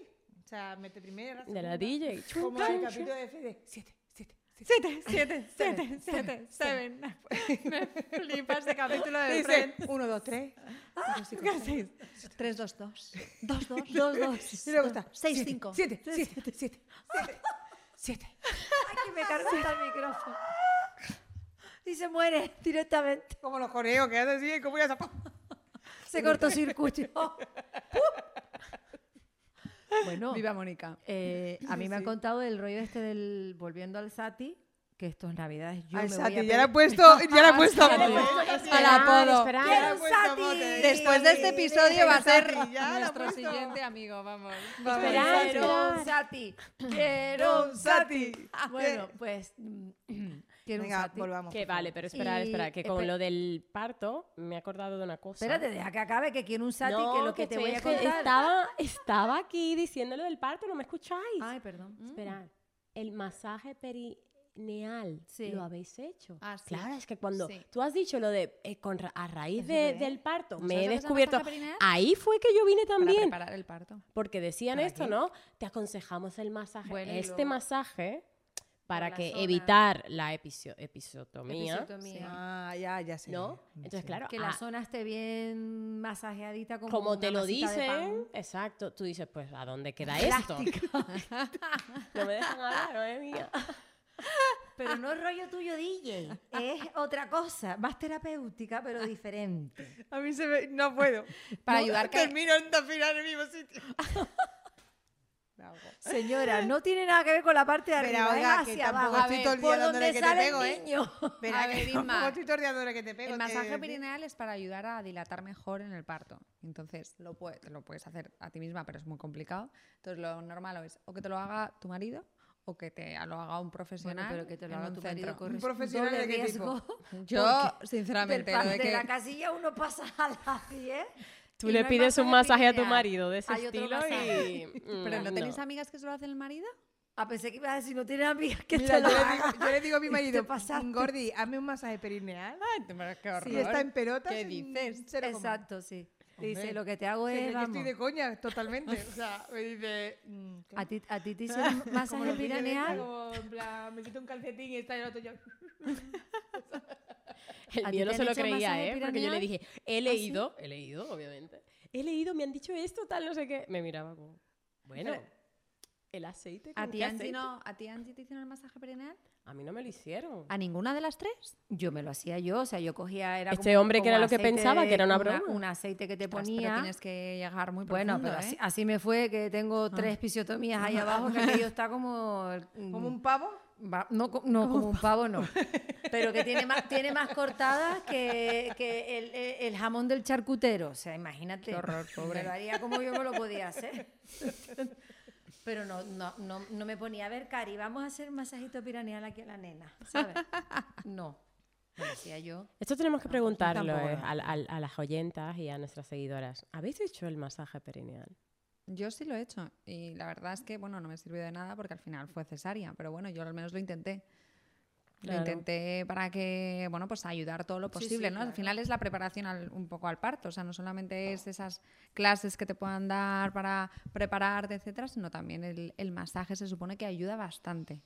[SPEAKER 3] O sea, mete primera,
[SPEAKER 1] De
[SPEAKER 3] segunda.
[SPEAKER 1] la DJ. Chun,
[SPEAKER 3] Como en
[SPEAKER 1] chun,
[SPEAKER 3] el
[SPEAKER 1] chun.
[SPEAKER 3] capítulo de Fede. Siete, siete, siete.
[SPEAKER 2] Siete, siete, siete, siete, seven. Me flipa este capítulo de
[SPEAKER 3] Dice,
[SPEAKER 2] Friends.
[SPEAKER 3] uno, dos, tres. cuatro, cinco, seis.
[SPEAKER 2] Tres, dos, dos. Dos, dos, dos, dos.
[SPEAKER 3] Y luego está.
[SPEAKER 2] Seis,
[SPEAKER 3] siete,
[SPEAKER 2] cinco.
[SPEAKER 3] Siete, siete, siete, siete. Siete.
[SPEAKER 4] Ay, que me cargo hasta el micrófono. Y se muere directamente.
[SPEAKER 3] Como los coreos que hacen así, como ya se...
[SPEAKER 4] Se cortocircuitó. bueno,
[SPEAKER 2] Viva Mónica.
[SPEAKER 4] eh, a mí me han contado el rollo este del volviendo al Sati, que esto es Navidades. Yo
[SPEAKER 3] Ay,
[SPEAKER 4] me
[SPEAKER 3] Sati,
[SPEAKER 4] voy a
[SPEAKER 3] ya le he
[SPEAKER 4] pedir-
[SPEAKER 3] puesto, ya le he puesto.
[SPEAKER 1] Ya le
[SPEAKER 3] bote.
[SPEAKER 1] puesto
[SPEAKER 3] Ya
[SPEAKER 1] también.
[SPEAKER 2] al apodo.
[SPEAKER 1] Esperar,
[SPEAKER 3] le
[SPEAKER 1] esperar.
[SPEAKER 3] he
[SPEAKER 4] un
[SPEAKER 3] puesto eh.
[SPEAKER 4] Sati.
[SPEAKER 3] bote.
[SPEAKER 2] Después de este episodio va a ser
[SPEAKER 3] Sati, ya le he
[SPEAKER 2] nuestro
[SPEAKER 3] puesto.
[SPEAKER 2] siguiente amigo, vamos.
[SPEAKER 3] Vamos.
[SPEAKER 1] Esperar,
[SPEAKER 4] Quiero un
[SPEAKER 1] esperar.
[SPEAKER 4] Sati. Quiero un Sati.
[SPEAKER 3] Sati.
[SPEAKER 4] Bueno, pues. mm, Quiero un
[SPEAKER 3] Venga,
[SPEAKER 4] Sati.
[SPEAKER 3] volvamos.
[SPEAKER 1] Que
[SPEAKER 3] por favor.
[SPEAKER 1] vale, pero espera,
[SPEAKER 4] Y-
[SPEAKER 1] espera, que con
[SPEAKER 4] espe-
[SPEAKER 1] lo del parto me he acordado de una cosa.
[SPEAKER 4] Espérate, deja que acabe, que quiero un Sati,
[SPEAKER 1] No,
[SPEAKER 4] que lo que, te
[SPEAKER 1] estoy-
[SPEAKER 4] voy a
[SPEAKER 1] es que
[SPEAKER 4] contar.
[SPEAKER 1] Estaba, estaba aquí diciendo lo del parto, no me escucháis.
[SPEAKER 4] Ay, perdón. Mm.
[SPEAKER 1] Esperad, el masaje perineal,
[SPEAKER 4] Sí.
[SPEAKER 1] ¿lo habéis hecho?
[SPEAKER 2] Ah, sí.
[SPEAKER 1] Claro, es que cuando
[SPEAKER 2] Sí.
[SPEAKER 1] tú has dicho lo de eh, con ra- a raíz
[SPEAKER 2] Es
[SPEAKER 1] de-
[SPEAKER 2] verdad.
[SPEAKER 1] del parto,
[SPEAKER 2] ¿No
[SPEAKER 1] me he
[SPEAKER 2] sabes lo que es el
[SPEAKER 1] descubierto.
[SPEAKER 2] masaje perineal?
[SPEAKER 1] Ahí fue que yo vine
[SPEAKER 2] Para
[SPEAKER 1] también.
[SPEAKER 2] preparar el parto.
[SPEAKER 1] Porque decían
[SPEAKER 2] ¿Para
[SPEAKER 1] esto,
[SPEAKER 2] qué?
[SPEAKER 1] ¿no? Te aconsejamos el masaje.
[SPEAKER 4] Bueno, y
[SPEAKER 1] este
[SPEAKER 4] luego-
[SPEAKER 1] masaje para
[SPEAKER 4] la
[SPEAKER 1] que
[SPEAKER 4] zona.
[SPEAKER 1] evitar la episio- episiotomía.
[SPEAKER 4] Episiotomía.
[SPEAKER 3] Ah, ya, ya sé.
[SPEAKER 1] ¿No? Entonces,
[SPEAKER 3] Sí.
[SPEAKER 1] claro,
[SPEAKER 4] Que la
[SPEAKER 1] ah,
[SPEAKER 4] zona esté bien masajeadita como,
[SPEAKER 1] como
[SPEAKER 4] una
[SPEAKER 1] te lo
[SPEAKER 4] masita de
[SPEAKER 1] dicen,
[SPEAKER 4] pan.
[SPEAKER 1] exacto, tú dices, pues, ¿a dónde queda esto? no me dejan hablar, madre mía.
[SPEAKER 4] Pero no es rollo tuyo, DJ. Es otra cosa, más terapéutica, pero diferente.
[SPEAKER 3] A mí se me... No puedo.
[SPEAKER 2] Para ayudar que-
[SPEAKER 3] Termino en final en el mismo sitio.
[SPEAKER 4] Señora, no tiene nada que ver con la parte de
[SPEAKER 3] Pero,
[SPEAKER 4] arriba, es
[SPEAKER 3] oiga, que
[SPEAKER 4] hacia
[SPEAKER 3] tampoco
[SPEAKER 4] abajo.
[SPEAKER 3] estoy todo el día
[SPEAKER 4] por
[SPEAKER 3] dándole
[SPEAKER 4] donde
[SPEAKER 3] que te
[SPEAKER 4] sale
[SPEAKER 3] pego, ¿eh?
[SPEAKER 4] el niño.
[SPEAKER 3] Espera,
[SPEAKER 2] A ver, Inma.
[SPEAKER 3] Como estoy tordeadora que te pego.
[SPEAKER 2] El
[SPEAKER 3] te-
[SPEAKER 2] masaje
[SPEAKER 3] te-
[SPEAKER 2] perineal es para ayudar a dilatar mejor en el parto. Entonces, lo, pue- lo puedes hacer a ti misma, pero es muy complicado. Entonces, lo normal es o que te lo haga tu marido o que te lo haga un profesional.
[SPEAKER 4] pero que te lo
[SPEAKER 2] en
[SPEAKER 4] haga
[SPEAKER 2] un
[SPEAKER 4] tu marido
[SPEAKER 2] centro.
[SPEAKER 4] corre
[SPEAKER 3] profesional
[SPEAKER 4] doble
[SPEAKER 3] de qué
[SPEAKER 4] riesgo.
[SPEAKER 2] Yo,
[SPEAKER 4] Porque del
[SPEAKER 2] sinceramente,
[SPEAKER 4] pa-
[SPEAKER 2] lo de
[SPEAKER 4] de
[SPEAKER 2] que
[SPEAKER 4] la casilla uno pasa a la 10.
[SPEAKER 1] Tú
[SPEAKER 4] y
[SPEAKER 1] le
[SPEAKER 4] no hay
[SPEAKER 1] pides un masaje a tu
[SPEAKER 4] pineal.
[SPEAKER 1] marido de ese
[SPEAKER 4] Hay otro
[SPEAKER 1] estilo
[SPEAKER 4] masaje.
[SPEAKER 1] y...
[SPEAKER 2] ¿Pero
[SPEAKER 1] Mm,
[SPEAKER 2] no tenéis amigas que se lo hace el marido?
[SPEAKER 4] Ah, pensé que ibas a decir, no tienes amigas que
[SPEAKER 3] Mira,
[SPEAKER 4] te
[SPEAKER 3] yo le,
[SPEAKER 4] lo hagan.
[SPEAKER 3] digo, yo le digo a mi marido,
[SPEAKER 4] pasaste.
[SPEAKER 3] Gordi, hazme un masaje perineal.
[SPEAKER 2] qué
[SPEAKER 3] Si está en pelotas,
[SPEAKER 2] ¿Qué
[SPEAKER 3] mm,
[SPEAKER 2] dices?
[SPEAKER 3] se lo como.
[SPEAKER 4] Exacto, sí. Dice,
[SPEAKER 3] Hombre.
[SPEAKER 4] lo que te hago
[SPEAKER 3] Se cree
[SPEAKER 4] es,
[SPEAKER 3] que estoy
[SPEAKER 4] vamos,
[SPEAKER 3] de coña, totalmente. O sea, me dice... mm, ¿qué?
[SPEAKER 4] a ti, a ti te hicieron
[SPEAKER 3] Como
[SPEAKER 4] masaje
[SPEAKER 3] los vídeos de esta,
[SPEAKER 4] piraneal,
[SPEAKER 3] como, en plan, me quito un calcetín y está el otro yo...
[SPEAKER 1] El
[SPEAKER 4] ¿A ti
[SPEAKER 1] mío
[SPEAKER 4] te
[SPEAKER 1] no
[SPEAKER 4] han
[SPEAKER 1] se lo
[SPEAKER 4] hecho
[SPEAKER 1] creía,
[SPEAKER 4] masaje ¿Ah,
[SPEAKER 1] ¿eh? Porque yo le
[SPEAKER 4] perineal?
[SPEAKER 1] dije, he leído, he leído, obviamente. He leído, me han dicho esto, tal, no sé qué. Me miraba como, bueno, el aceite.
[SPEAKER 2] ¿A
[SPEAKER 1] ¿con
[SPEAKER 2] ti,
[SPEAKER 1] qué
[SPEAKER 2] Angie,
[SPEAKER 1] aceite?
[SPEAKER 2] no, ¿A ti, Angie, te hicieron el masaje perineal?
[SPEAKER 1] A mí no me lo hicieron.
[SPEAKER 2] ¿A ninguna de las tres?
[SPEAKER 4] yo me lo hacía yo, o sea, yo cogía, era
[SPEAKER 1] Este hombre que era lo que
[SPEAKER 4] aceite
[SPEAKER 1] pensaba, que era una broma.
[SPEAKER 4] Un aceite que te
[SPEAKER 2] Ostras, Pues, pero
[SPEAKER 4] ponía.
[SPEAKER 2] tienes que llegar muy
[SPEAKER 4] Bueno,
[SPEAKER 2] profundo,
[SPEAKER 4] pero
[SPEAKER 2] ¿eh?
[SPEAKER 4] así, así me fue que tengo tres episiotomías ahí abajo, que aquello está como...
[SPEAKER 3] Como un pavo.
[SPEAKER 4] Va- no, co- no como un pavo no. Pero que tiene más, tiene más cortadas que, que el, e, el- el jamón del charcutero. O sea, imagínate.
[SPEAKER 2] Qué horror, pobre.
[SPEAKER 4] Me lo haría como yo me lo podía hacer. Pero no, no, no, no me ponía a ver, Cari, vamos a hacer masajito piraneal aquí a la nena, ¿sabes? No. Me decía yo.
[SPEAKER 1] Esto tenemos que preguntarlo
[SPEAKER 4] tampoco,
[SPEAKER 1] eh,
[SPEAKER 4] no.
[SPEAKER 1] al- al- a, las oyentas y a nuestras seguidoras. ¿Habéis hecho el masaje perineal?
[SPEAKER 2] Yo sí lo he hecho y la verdad es que, bueno, no me sirvió de nada porque al final fue cesárea, pero bueno, yo al menos lo intenté. Lo
[SPEAKER 1] Claro.
[SPEAKER 2] intenté para que, bueno, pues ayudar todo lo posible, ¿no? Al final es la preparación al- un poco al parto, o sea, no solamente es esas clases que te puedan dar para prepararte, etcétera, sino también el, el masaje se supone que ayuda bastante.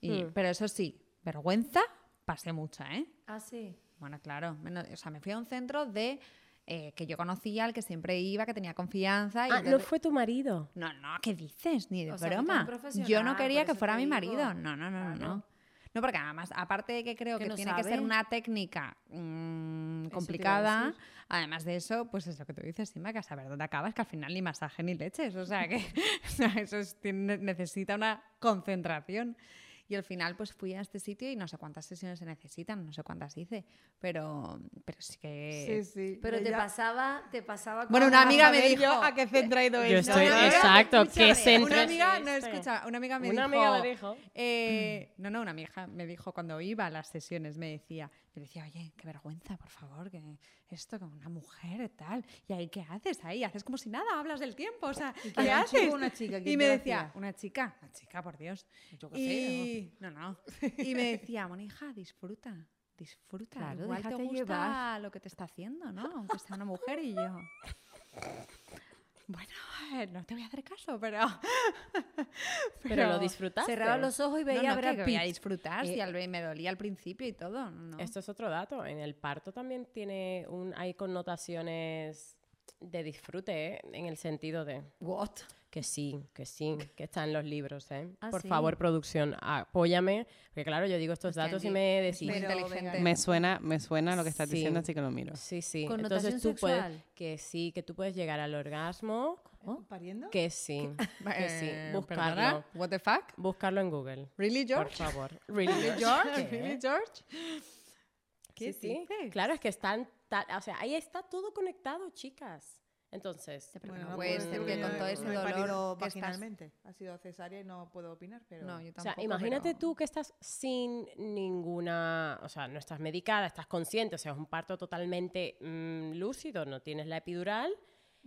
[SPEAKER 2] Y-
[SPEAKER 1] Hmm.
[SPEAKER 2] Pero eso sí, vergüenza, pasé mucha, ¿eh?
[SPEAKER 4] Ah, sí.
[SPEAKER 2] Bueno, claro. menos- o sea, me fui a un centro de eh, que yo conocía, al que siempre iba, que tenía confianza. Y
[SPEAKER 1] Ah, no
[SPEAKER 2] entonces-
[SPEAKER 1] fue tu marido.
[SPEAKER 2] no, no, ¿qué dices? Ni de
[SPEAKER 4] O sea, que tú eres
[SPEAKER 2] broma.
[SPEAKER 4] un profesional,
[SPEAKER 2] Yo no quería
[SPEAKER 4] por
[SPEAKER 2] que
[SPEAKER 4] eso
[SPEAKER 2] fuera
[SPEAKER 4] te
[SPEAKER 2] mi
[SPEAKER 4] digo.
[SPEAKER 2] marido. No, no, no, no, no. No, porque además, aparte de que creo
[SPEAKER 4] Que
[SPEAKER 2] que,
[SPEAKER 4] no
[SPEAKER 2] tiene que ser
[SPEAKER 4] sabe.
[SPEAKER 2] una técnica mm,
[SPEAKER 4] iba a
[SPEAKER 2] complicada, además de eso, pues es lo que tú dices, Sima, que a saber dónde acabas, que al final ni masaje ni leches. O sea, que o sea, eso es- tiene- necesita una concentración. Y al final pues fui a este sitio y no sé cuántas sesiones se necesitan, no sé cuántas hice, pero, pero sí que...
[SPEAKER 3] Sí, sí.
[SPEAKER 4] Pero te
[SPEAKER 3] Ya-
[SPEAKER 4] pasaba, te pasaba.
[SPEAKER 2] Bueno,
[SPEAKER 4] con-
[SPEAKER 2] una amiga me
[SPEAKER 3] Saber
[SPEAKER 2] dijo...
[SPEAKER 3] yo a qué se han traído
[SPEAKER 1] Yo
[SPEAKER 3] ellos.
[SPEAKER 1] estoy-
[SPEAKER 2] una amiga-
[SPEAKER 1] exacto,
[SPEAKER 2] escúchame,
[SPEAKER 1] ¿qué centro
[SPEAKER 2] Una
[SPEAKER 1] es
[SPEAKER 2] amiga, no,
[SPEAKER 1] este?
[SPEAKER 2] escucha, una amiga me
[SPEAKER 1] Una
[SPEAKER 2] dijo...
[SPEAKER 1] amiga le dijo.
[SPEAKER 2] eh,
[SPEAKER 3] Mm.
[SPEAKER 2] no, no, una amiga me dijo cuando iba a las sesiones, me decía, me decía, oye, qué vergüenza, por favor, que esto como una mujer tal. ¿Y ahí qué haces ahí? Haces como si nada, hablas del tiempo, o sea,
[SPEAKER 3] que
[SPEAKER 2] ¿qué
[SPEAKER 3] era un chico o
[SPEAKER 2] haces?
[SPEAKER 3] una chica?
[SPEAKER 2] y
[SPEAKER 3] ¿Quién
[SPEAKER 2] me
[SPEAKER 3] te lo
[SPEAKER 2] decía,
[SPEAKER 3] hacía?
[SPEAKER 2] una chica, una chica, por Dios.
[SPEAKER 3] Yo qué sé,
[SPEAKER 2] Y... No, no. Y me decía, monija, disfruta, disfruta.
[SPEAKER 4] Claro,
[SPEAKER 2] Igual te
[SPEAKER 4] déjate
[SPEAKER 2] gusta
[SPEAKER 4] llevar.
[SPEAKER 2] lo que te está haciendo, ¿no? Aunque sea una mujer y yo. Bueno, eh, no te voy a hacer caso, pero...
[SPEAKER 1] Pero lo disfrutaste.
[SPEAKER 4] Cerraba los ojos y
[SPEAKER 2] No,
[SPEAKER 4] veía
[SPEAKER 2] no,
[SPEAKER 4] a Brad
[SPEAKER 2] que voy
[SPEAKER 4] Pitt.
[SPEAKER 2] a disfrutar,
[SPEAKER 4] Eh,
[SPEAKER 2] si al- me dolía al principio y todo, ¿no?
[SPEAKER 1] Esto es otro dato. En el parto también tiene un, hay connotaciones de disfrute, ¿eh? en el sentido de
[SPEAKER 4] What?
[SPEAKER 1] que sí, que sí, que está en los libros. ¿eh?
[SPEAKER 4] Ah,
[SPEAKER 1] Por
[SPEAKER 4] sí.
[SPEAKER 1] favosor, producción, apóyame. Porque claro, yo digo estos
[SPEAKER 2] Hostia,
[SPEAKER 1] datos y
[SPEAKER 2] Angie,
[SPEAKER 1] me decís.
[SPEAKER 2] Muy
[SPEAKER 3] Pero,
[SPEAKER 2] inteligente.
[SPEAKER 3] venga.
[SPEAKER 5] Me suena, me suena lo que estás
[SPEAKER 1] Sí.
[SPEAKER 5] diciendo, así que lo miro.
[SPEAKER 1] Sí, sí.
[SPEAKER 4] Connotación
[SPEAKER 1] Entonces tú puedes
[SPEAKER 4] sexual.
[SPEAKER 1] que sí, que tú puedes llegar al orgasmo,
[SPEAKER 3] ¿Pariendo?
[SPEAKER 1] que sí, que sí,
[SPEAKER 2] Eh,
[SPEAKER 1] buscarlo,
[SPEAKER 2] perdona, What the fuck?
[SPEAKER 1] buscarlo en Google.
[SPEAKER 2] Really,
[SPEAKER 1] Por
[SPEAKER 2] George?
[SPEAKER 1] favor. Really,
[SPEAKER 2] Really, George? Really, George?
[SPEAKER 1] Sí, sí. Claro, es que están, ta- o sea, ahí está todo conectado, chicas. Entonces,
[SPEAKER 2] Bueno, no puede ser que
[SPEAKER 3] yo
[SPEAKER 2] con
[SPEAKER 3] no-
[SPEAKER 2] todo ese
[SPEAKER 3] no he
[SPEAKER 2] dolor
[SPEAKER 3] parido
[SPEAKER 2] que estás-
[SPEAKER 3] vaginalmente. Ha sido cesárea y no puedo opinar, pero...
[SPEAKER 2] No, yo
[SPEAKER 1] o sea,
[SPEAKER 2] tampoco,
[SPEAKER 1] imagínate
[SPEAKER 2] pero-
[SPEAKER 1] tú que estás sin ninguna, o sea, no estás medicada, estás consciente, o sea, es un parto totalmente mm, lúcido, no tienes la epidural,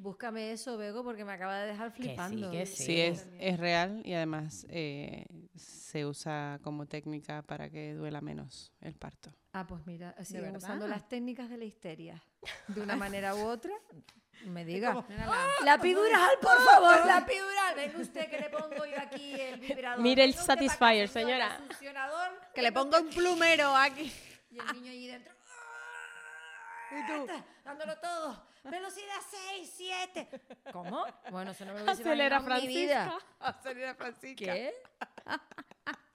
[SPEAKER 4] Búscame eso, Bego, porque me acaba de dejar
[SPEAKER 1] sí,
[SPEAKER 4] flipando.
[SPEAKER 1] que
[SPEAKER 5] Sí,
[SPEAKER 1] Sí.
[SPEAKER 5] es, es real y además eh, se usa como técnica para que duela menos el parto.
[SPEAKER 4] Ah, pues mira, siguen
[SPEAKER 2] verdad?
[SPEAKER 4] usando las técnicas de la histeria. De una manera u otra, me diga.
[SPEAKER 2] Mírala.
[SPEAKER 4] La epidural, por favor, ¡Ah! la epidural. Venga usted que le pongo yo aquí el vibrador.
[SPEAKER 1] Mire el
[SPEAKER 4] Venga usted pa' acá,
[SPEAKER 1] Satisfyer, señora.
[SPEAKER 4] el succionador.
[SPEAKER 2] Que le ponga un plumero aquí.
[SPEAKER 4] Y el niño allí dentro. Ah. ¿Y tú? Dándolo todo. Velocidad 6, 7. ¿Cómo? Bueno, eso no me lo hubiese
[SPEAKER 1] Acelera,
[SPEAKER 4] imaginado en mi vida.
[SPEAKER 3] Acelera, Francisca.
[SPEAKER 4] ¿Qué?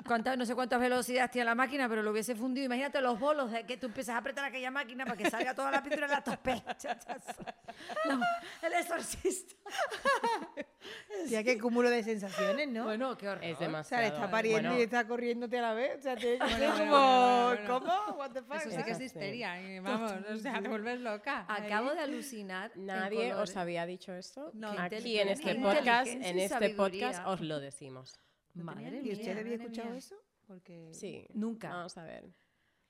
[SPEAKER 4] ¿Cuántas- no sé cuántas velocidades tiene la máquina, pero lo hubiese fundido. Imagínate los bolos de que tú empiezas a apretar aquella máquina para que salga toda la pintura de la tope. No, el exorcista.
[SPEAKER 3] Tía, qué cúmulo de sensaciones, ¿no?
[SPEAKER 4] Bueno, qué horror.
[SPEAKER 1] es
[SPEAKER 3] o sea,
[SPEAKER 1] demasiado.
[SPEAKER 3] le está pariendo
[SPEAKER 1] Bueno,
[SPEAKER 3] y está corriéndote a la vez. O sea, tiene que ser
[SPEAKER 2] bueno,
[SPEAKER 3] como...
[SPEAKER 2] bueno, bueno,
[SPEAKER 3] ¿Cómo? What the fuck?
[SPEAKER 2] Eso sí que es
[SPEAKER 1] Exacto.
[SPEAKER 2] histeria. y Vamos, o sea, te vuelves loca.
[SPEAKER 4] Acabo de alucinar. en
[SPEAKER 1] Nadie os
[SPEAKER 4] colores.
[SPEAKER 1] había dicho esto.
[SPEAKER 2] No,
[SPEAKER 1] Aquí
[SPEAKER 4] inteligencia,
[SPEAKER 1] en este
[SPEAKER 4] qué
[SPEAKER 1] podcast,
[SPEAKER 4] inteligencia
[SPEAKER 1] en
[SPEAKER 4] y
[SPEAKER 1] este
[SPEAKER 4] sabiduría.
[SPEAKER 1] podcast os lo decimos.
[SPEAKER 4] Madre
[SPEAKER 3] ¿Y usted
[SPEAKER 4] mía,
[SPEAKER 3] había
[SPEAKER 4] madre
[SPEAKER 3] escuchado
[SPEAKER 4] mía.
[SPEAKER 3] eso? Porque...
[SPEAKER 1] Sí.
[SPEAKER 4] Nunca.
[SPEAKER 1] Vamos a ver.